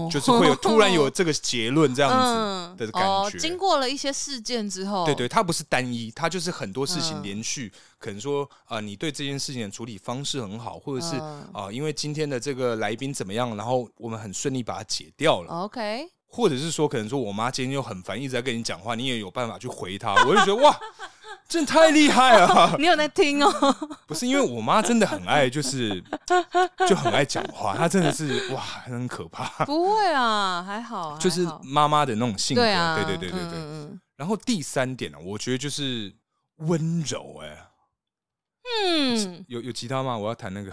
哦就是会有突然有这个结论这样子。 *laughs* 嗯的感哦觉经过了一些事件之后，对对，它不是单一，它就是很多事情嗯连续。可能说啊、呃你对这件事情的处理方式很好，或者是啊、嗯因为今天的这个来宾怎么样，然后我们很顺利把它解掉了。 ，OK，或者是说，可能说我妈今天又很烦，一直在跟你讲话，你也有办法去回她，我就觉得哇，真的太厉害 *laughs* 了。 *laughs* 你有在听哦？不是因为我妈真的很爱，就是就很爱讲话，她真的是哇，很可怕，不会啊，还好，还就是好妈妈的那种性格，对啊，对对对对嗯对。嗯然后第三点呢、我觉得就是温柔、哎，嗯嗯，有有吉他吗？我要弹那个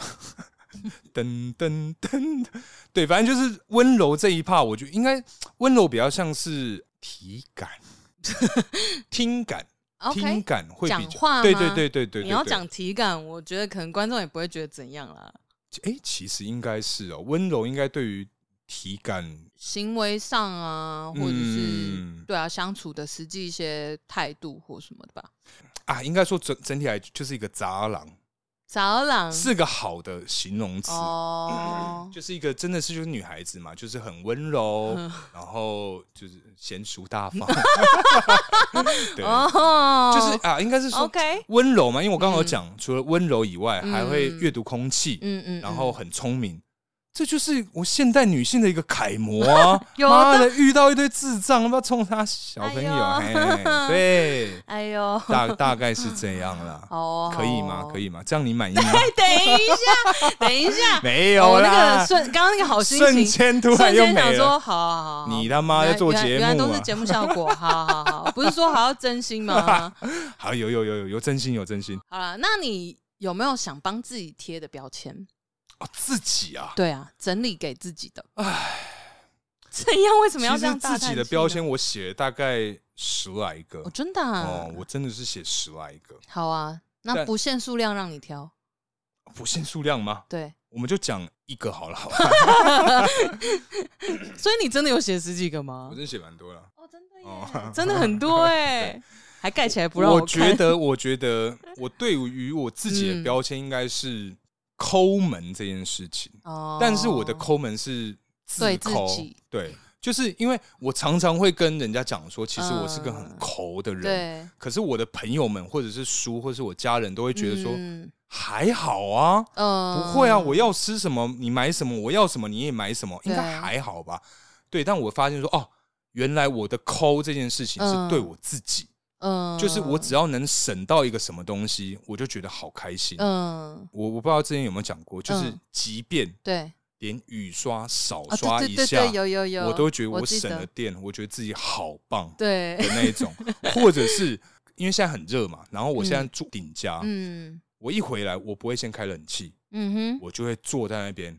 噔噔噔，对，反正就是温柔这一趴，我觉得应该温柔比较像是体感、听感、听 OK，感会比讲较，话对吗对对对对对，你要对讲体感，我觉得可能观众也不会觉得怎样啦。哎、其实应该是哦，温柔应该对于体感，行为上啊，或者是嗯对啊，相处的实际一些态度或什么的吧。啊，应该说整整体来就是一个杂狼，早朗是个好的形容词，哦，就是一个真的是就是女孩子嘛，就是很温柔，嗯然后就是娴熟大 *laughs* 方，对，哦，就是啊，应该是说 OK，温柔嘛，因为我刚刚有讲，除了温柔以外，还会嗯阅读空气，嗯嗯，！然后很聪明，这就是我现代女性的一个楷模啊 *laughs* 有妈的的，遇到一堆智障，他妈冲他小朋友，哎呦嘿 *laughs* 对，哎呦，大大概是这样啦。哦，可以吗？可以。以吗？这样你满意 *laughs* 吗？等一下，等一下，没哦 *laughs* 有那啦个，瞬，刚刚那个好心瞬情，间突然瞬又间想没说，了。好好好，好你他妈在做原来节原来目都是啊？节目效果，好好好，不是说好要真心 *laughs* 吗？好，有有有有有真心有真心好了，那你有没有想帮自己贴的标签？哦，自己啊，对啊，整理给自己的。唉，怎样？为什么要其这实样大自叹己的气标呢？签我写了大概十来个哦，真的啊哦，我真的是写十来个，好啊，那但不限数量让你挑。不限数量吗？对，我们就讲一个好了，好吧？所以你真的有写十几个吗 *laughs* 我？真的写蛮多了。哦，真的哦耶， *laughs* 真的 *laughs* 很多哎，还盖起来不让我看觉 *laughs* 得，我觉得我对于我自己的嗯标签应该是抠门这件事情，哦，但是我的抠门是自对自抠，己对，就是因为我常常会跟人家讲说，其实我是个很嗯抠的人，对，可是我的朋友们或者是叔或者是我家人都会觉得说、嗯，还好啊，呃不会啊，我要吃什么你买什么，我要什么你也买什么，应该对还好吧？对，但我发现说哦，原来我的抠这件事情是嗯对我自己，嗯，就是我只要能省到一个什么东西，我就觉得好开心。嗯，我我不知道之前有没有讲过，就是嗯即便对，连雨刷少哦，刷对一对对下对，，有有有，我都觉得我我记省得了电，我觉得自己好棒的对，那一 *laughs* 种，或者是因为现在很热嘛，然后我现在住顶家，嗯我一回来我不会先开冷气，嗯哼，我就会坐在那边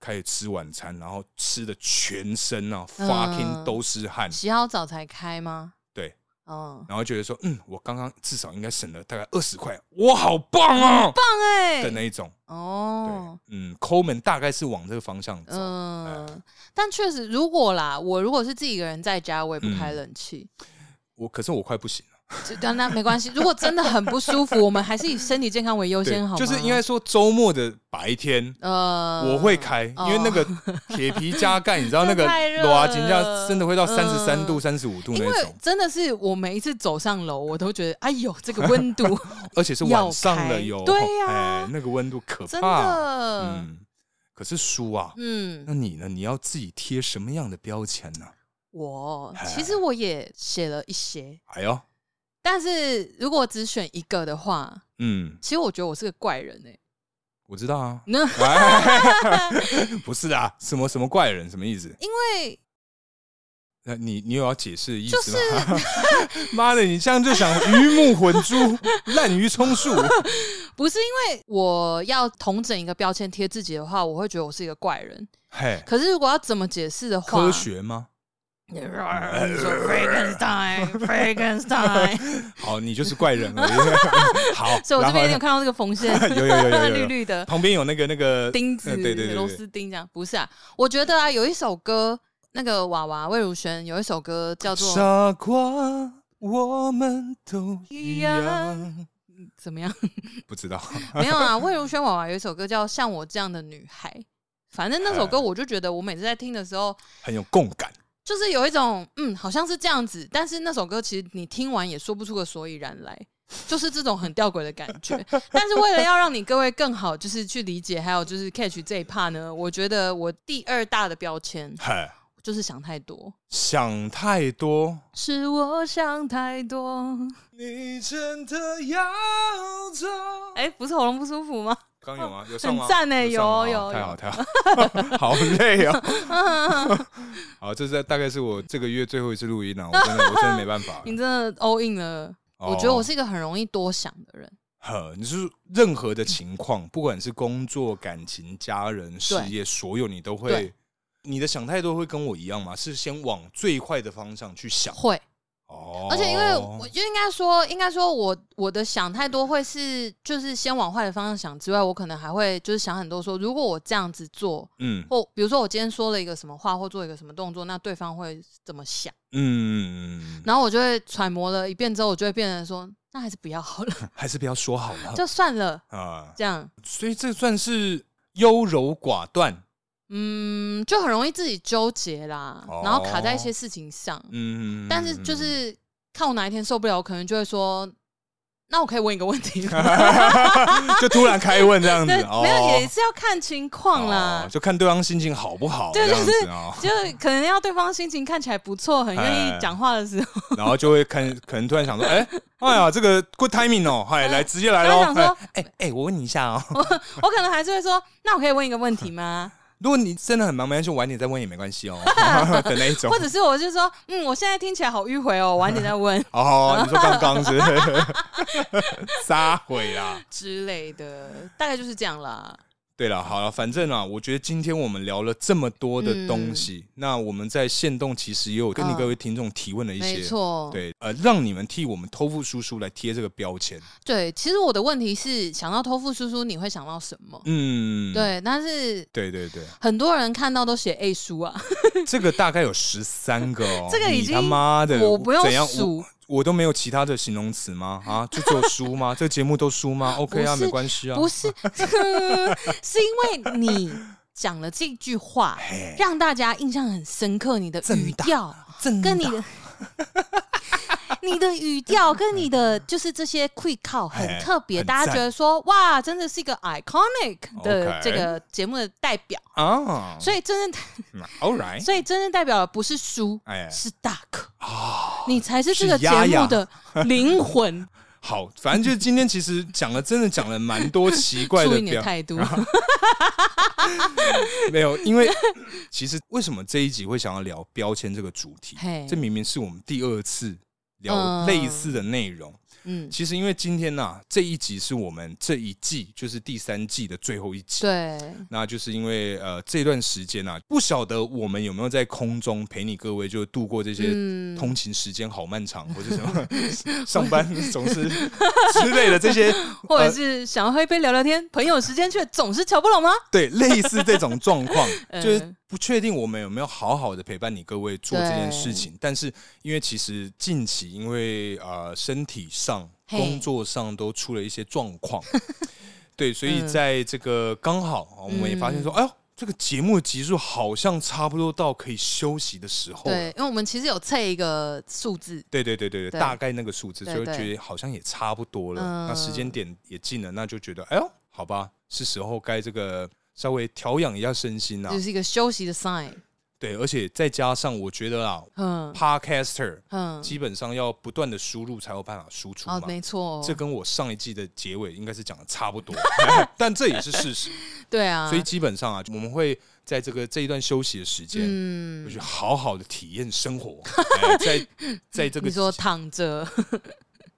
开始吃晚餐，然后吃的全身啊、fucking 嗯都是汗，洗好澡才开吗？对，嗯，然后觉得说，嗯，我刚刚至少应该省了大概二十块，我好棒啊棒哎的，那一种。对哦，，嗯，抠门大概是往这个方向走。哎嗯，但确实，如果啦，我如果是自己一个人在家，我也不嗯开冷气，我可是我快不行了，就但那没关系。如果真的很不舒服，我们还是以身体健康为优对先，好吗？就是应该说周末的白天。呃，我会开，因为 *laughs* 那个铁皮加盖，你知道那个真的太热裸金价真的会到了嗯三十三度、三十五度因那为种，真的是我每一次走上楼，我都觉得，哎呦，这个 *laughs* 温度而且是晚上了哟要。开对呀哎那个温度可怕。真的，嗯，可是叔啊，嗯那你呢？你要自己贴什么样的标签呢、我其实我也写了一些，哎呦，但是如果只选一个的话，嗯，其实我觉得我是个怪人哎、。我知道啊那哎 *laughs* 不是啊，什么什么怪人什么意思？因为那你你有要解释的意思吗？ *laughs* 妈的，你这样就想鱼目混珠、滥竽充 *laughs* 数。不是因为我要同整一个标签贴自己的话，我会觉得我是一个怪人。嘿，可是如果要怎么解释的话，科学吗？你说 Frankenstein，Frankenstein，好，你就是怪人而已。好， *laughs* 所以我这然边有点后看到这个缝线， *laughs* 有有有有有有 *laughs* 绿 *laughs* 绿的旁边有那个那个钉子，呃对对对螺对丝钉这样。不是啊，我觉得啊，有一首歌，那个娃娃魏如萱有一首歌叫做傻瓜，我们都一一样样。怎么样？不知道， *laughs* *laughs* 没有啊，魏如萱娃娃有一首歌叫《像我这样的女孩》，反正那首歌我就觉得我每次在听的时候，很有共感。就是有一种嗯，好像是这样子，但是那首歌其实你听完也说不出个所以然来。就是这种很吊诡的感 *laughs* 觉，但是为了要让你各位更好，就是去理解，还有就是 catch 这一 part 呢，我觉得我第二大的标签嘿，就是想太多，想太多，是我想太多。你真的要走？哎、不是喉咙不舒服吗？ *laughs* 刚有吗？有上吗？很赞欸上吗有好有太有好太好，好 *laughs* 累哦。好，这是大概是我这个月最后一次录音了，我真 *laughs* 的我真的没办法了你。真的 all in 了，哦我觉得我是一个很容易多想的人。呵，你是任何的情况，不管是工作、感情、家人、事业，所有你都会对，你的想太多会跟我一样吗？是先往最快的方向去想会，哦。而且因为我就应该说，应该说我我的想太多会是就是先往坏的方向想之外，我可能还会就是想很多说，如果我这样子做，嗯或比如说我今天说了一个什么话或做一个什么动作，那对方会怎么想？嗯，嗯嗯然后我就会揣摩了一遍之后，我就会变成说，那还是不要好了， *laughs* 还是不要说好了就算了，啊。这样，所以这算是优柔寡断。嗯，就很容易自己纠结啦，哦然后卡在一些事情上。嗯，但是就是看我哪一天受不了，我可能就会说那我可以问一个问题吗？ *laughs* 就突然开问这样子对，，哦 *laughs* 没有也是要看情况啦哦。就看对方心情好不好，对这样就子啊，就可能要对方心情看起来不错，很愿哎意讲话的时候， *laughs* 然后就会看，可能突然想说，哎，哎呀，这个 good timing 哦，嗨，来直接来喽哎突然想，说哎哎哎，我问你一下哦，我可能还是会说：“那我可以问一个问题 *laughs* 吗？”如果你真的很忙，没关系，晚点再问也没关 *laughs* 系哦的那一种或。者是我就说：“嗯，我现在听起来好迂回哦，晚点 *laughs* 再问哦，你说刚刚是 *laughs* 撒毁啦。之类的。”大概就是这样啦。对了，好了，反正啊，我觉得今天我们聊了这么多的东西，那我们在线动其实也有跟你嗯各位听众提问了一没些，错，对，呃，让你们替我们偷富叔叔来贴这个标签，对。其实我的问题是，想到偷富叔叔，你会想到什么？嗯，对，但是对对对，很多人看到都写 A 叔啊，这个大概有十三个哦， *laughs* 这个已经你他妈的， *laughs* 我不用怎样数我我都没有其他的形容词吗？啊，就只有输吗？这个节目都输 *laughs* 吗？OK 啊，不是没关系啊，不是， *laughs* 是因为你讲了这句话，让大家印象很深刻，你的语啊调。正跟你的 *laughs* 你的语 *laughs* 调跟你的就是这些 quick call 很哎特别，很大家赞觉得说哇，真的是一个 iconic 的 OK 这个节目的代表。啊，所以真正嗯 All right，所以真正代表的不是书，哎啊是大可你才是这个是节丫丫目的灵魂。好，反正就是今天其实讲了，真的讲了蛮多奇 *laughs* 怪 *laughs* 注的意你的表，*laughs* 态度，没有，因 *laughs* 为其实为什么这一集会想要聊标签这个主题嘿？这明明是我们第二次聊嗯类似的内容。嗯，其实因为今天呐、这一集是我们这一季就是第三季的最后一集。对，那就是因为呃这段时间啊，不晓得我们有没有在空中陪你各位就度过这些嗯通勤时间好漫长，或是什 *laughs* 么上班总是之类的这些或呃者是想要喝一杯聊聊天， *laughs* 朋友时间却总是瞧不拢吗？对，类似这种状况， *laughs* 嗯就是不确定我们有没有好好的陪伴你各位做这件事情。但是因为其实近期因为呃身体上、嘿工作上都出了一些状 *laughs* 况，对，所以嗯在这个刚好我们也发现说，哎呦。这个节目的集数好像差不多到可以休息的时候对了，，因为我们其实有测一个数字，对对对对对，对大概那个数字，所对以对觉得好像也差不多了。嗯那时间点也近了，那就觉得，哎呦，好吧，是时候该这个稍微调养一下身心啊就。是一个休息的 sign。对，而且再加上我觉得啊嗯，Podcaster 嗯，基本上要不断的输入才有办法输出哦嘛，。没错，这跟我上一季的结尾应该是讲的差 *laughs* 不多， *laughs* 但这也是事实。对啊，所以基本上啊，我们会在这个这一段休息的时间，嗯我，去好好的体验生 *laughs* 活。哎在在这个你说躺着，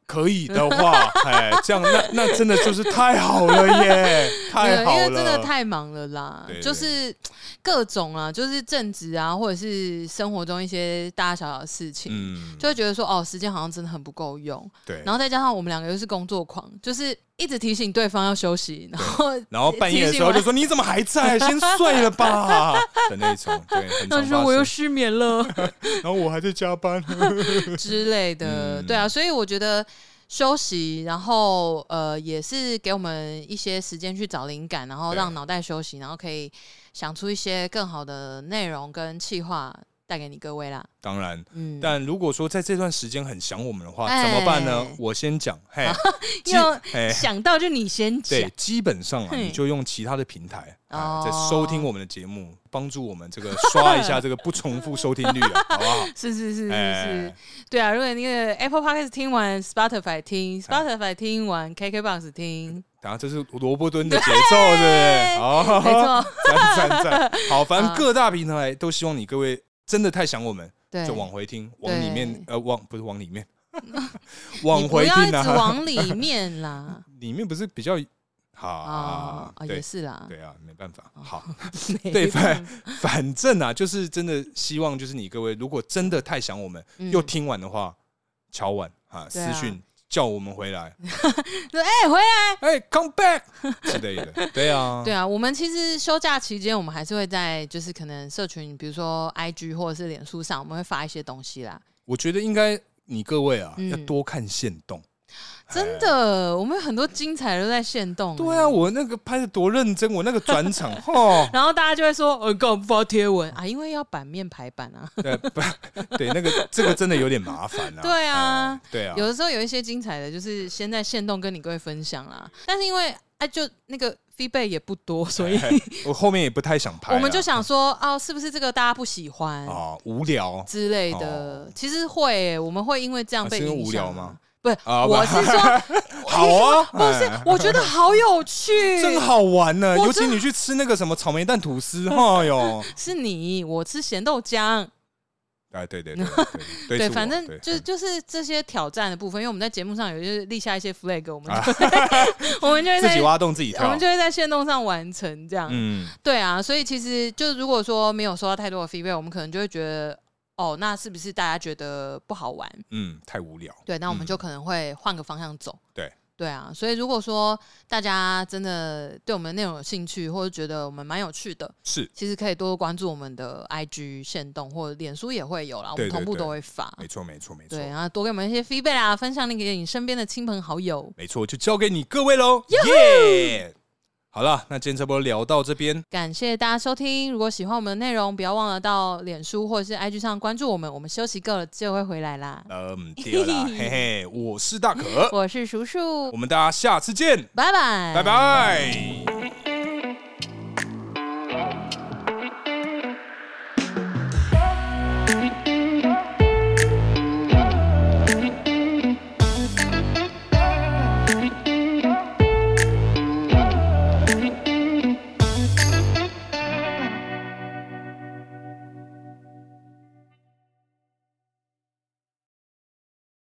可以的 *laughs* 话，哎，这样那那真的就是太好了耶，没有太好 *laughs* 因了，为真的太忙了啦，对对就是各种啊，就是正职啊，或者是生活中一些大大小小的事情，嗯，就会觉得说哦，时间好像真的很不够用。对然。后再加上我们两个又是工作狂，就是一直提醒对方要休息，然后然后半夜的时候就说：“你怎么还在？先睡了 *laughs* 吧。”的那种，对，很 *laughs* 他常说发我又生。失眠了然后我还在加 *laughs* 班。之类的，嗯对啊，所以我觉得。休息，然后呃，也是给我们一些时间去找灵感，然后对啊让脑袋休息，然后可以想出一些更好的内容跟企划带给你各位啦。当然，嗯，但如果说在这段时间很想我们的话，哎怎么办呢？我先讲， *laughs* 嘿，基又哎， *laughs* 想到就你先讲对，，基本上啊，嘿你就用其他的平台啊，哦在收听我们的节目，帮助我们这个刷一 *laughs* 下这个不重复收听率啊，好不好？是是是是哎是，对啊。如果那个 Apple Podcast 听完，Spotify 哎听，Spotify 听完，KKBox 听，然后这是萝卜蹲的节奏，对不对？哦，哎没，错， *laughs* 赞赞赞，好，反正啊各大平台都希望你各位真的太想我们，对，就往回听，往里面对，呃，往不是往里 *laughs* 面， *laughs* 你往不回要一听直啊，往 *laughs* 里面啦。里面不是比较好啊啊，啊，也对是哦啦，对啊，没办法，好， *laughs* 没对办反反正啊，就是真的希望就是你各位，如果真的太想我们，嗯又听完的话，敲完啊，对私啊讯叫我们回 *laughs* 来，说哎回来。哎，come back 之类的， *laughs* 对啊，对啊，我们其实休假期间，我们还是会在就是可能社群，比如说 IG 或者是脸书上，我们会发一些东西啦。我觉得应该你各位啊，嗯要多看线动。真的，我们有很多精彩的都在现动、哎欸对啊，我那个拍的多认真，我那个转场 *laughs* 哦， *laughs* 然后大家就会说：“呃，干嘛不发贴文啊？因为要版面排版啊。对，呃不， *laughs* 对，那个这个真的有点麻烦啊。对啊嗯对啊， *laughs* 有的时候有一些精彩的，就是先在线动跟你各位分享啦。但是因为哎、就那个 feedback 也不多，所以我后面也不太想哎拍啊， *laughs* 我们就想说，哦，是不是这个大家不喜欢啊无聊之类的？其实会耶、我们会因为这样哦啊被是因为影无响聊啊吗？不是，啊不我是说， *laughs* 好啊，不哦是哎，我觉得好有 *laughs* 趣，真好玩呢，我尤其真你去吃那个什么草莓蛋吐 *laughs* 司，哎哈哟，是你，我吃咸豆浆。哎，对对对对对对，是我反正对嗯就就是这些挑战的部分，因为我们在节目上有就是立下一些 flag，我们就会、 *laughs* 我们就会啊自己在挖洞自己我跳们，就会在线动上完成这样。嗯，对啊，所以其实就如果说没有收到太多的 feedback，我们可能就会觉得哦，那是不是大家觉得不好玩？嗯，太无聊。对，那我们就可能会换个方向走。对。对啊，所以如果说大家真的对我们的内容有兴趣，或者觉得我们蛮有趣的，是其实可以多多关注我们的 IG 线动或者脸书也会有啦，我对们对同步对都会发。没错，没错，没错对，，啊然后多给我们一些 feedback 啦，分享那个给你身边的亲朋好友。没错，就交给你各位喽，耶！好了，那今天差不多聊到这边，感谢大家收听，如果喜欢我们的内容，不要忘了到脸书或者是 IG 上关注我们。我们休息够了就会回来啦。嗯，对 *laughs* 啦，嘿嘿，我是大可，我是叔叔我，们大家下次见，拜拜，拜。拜。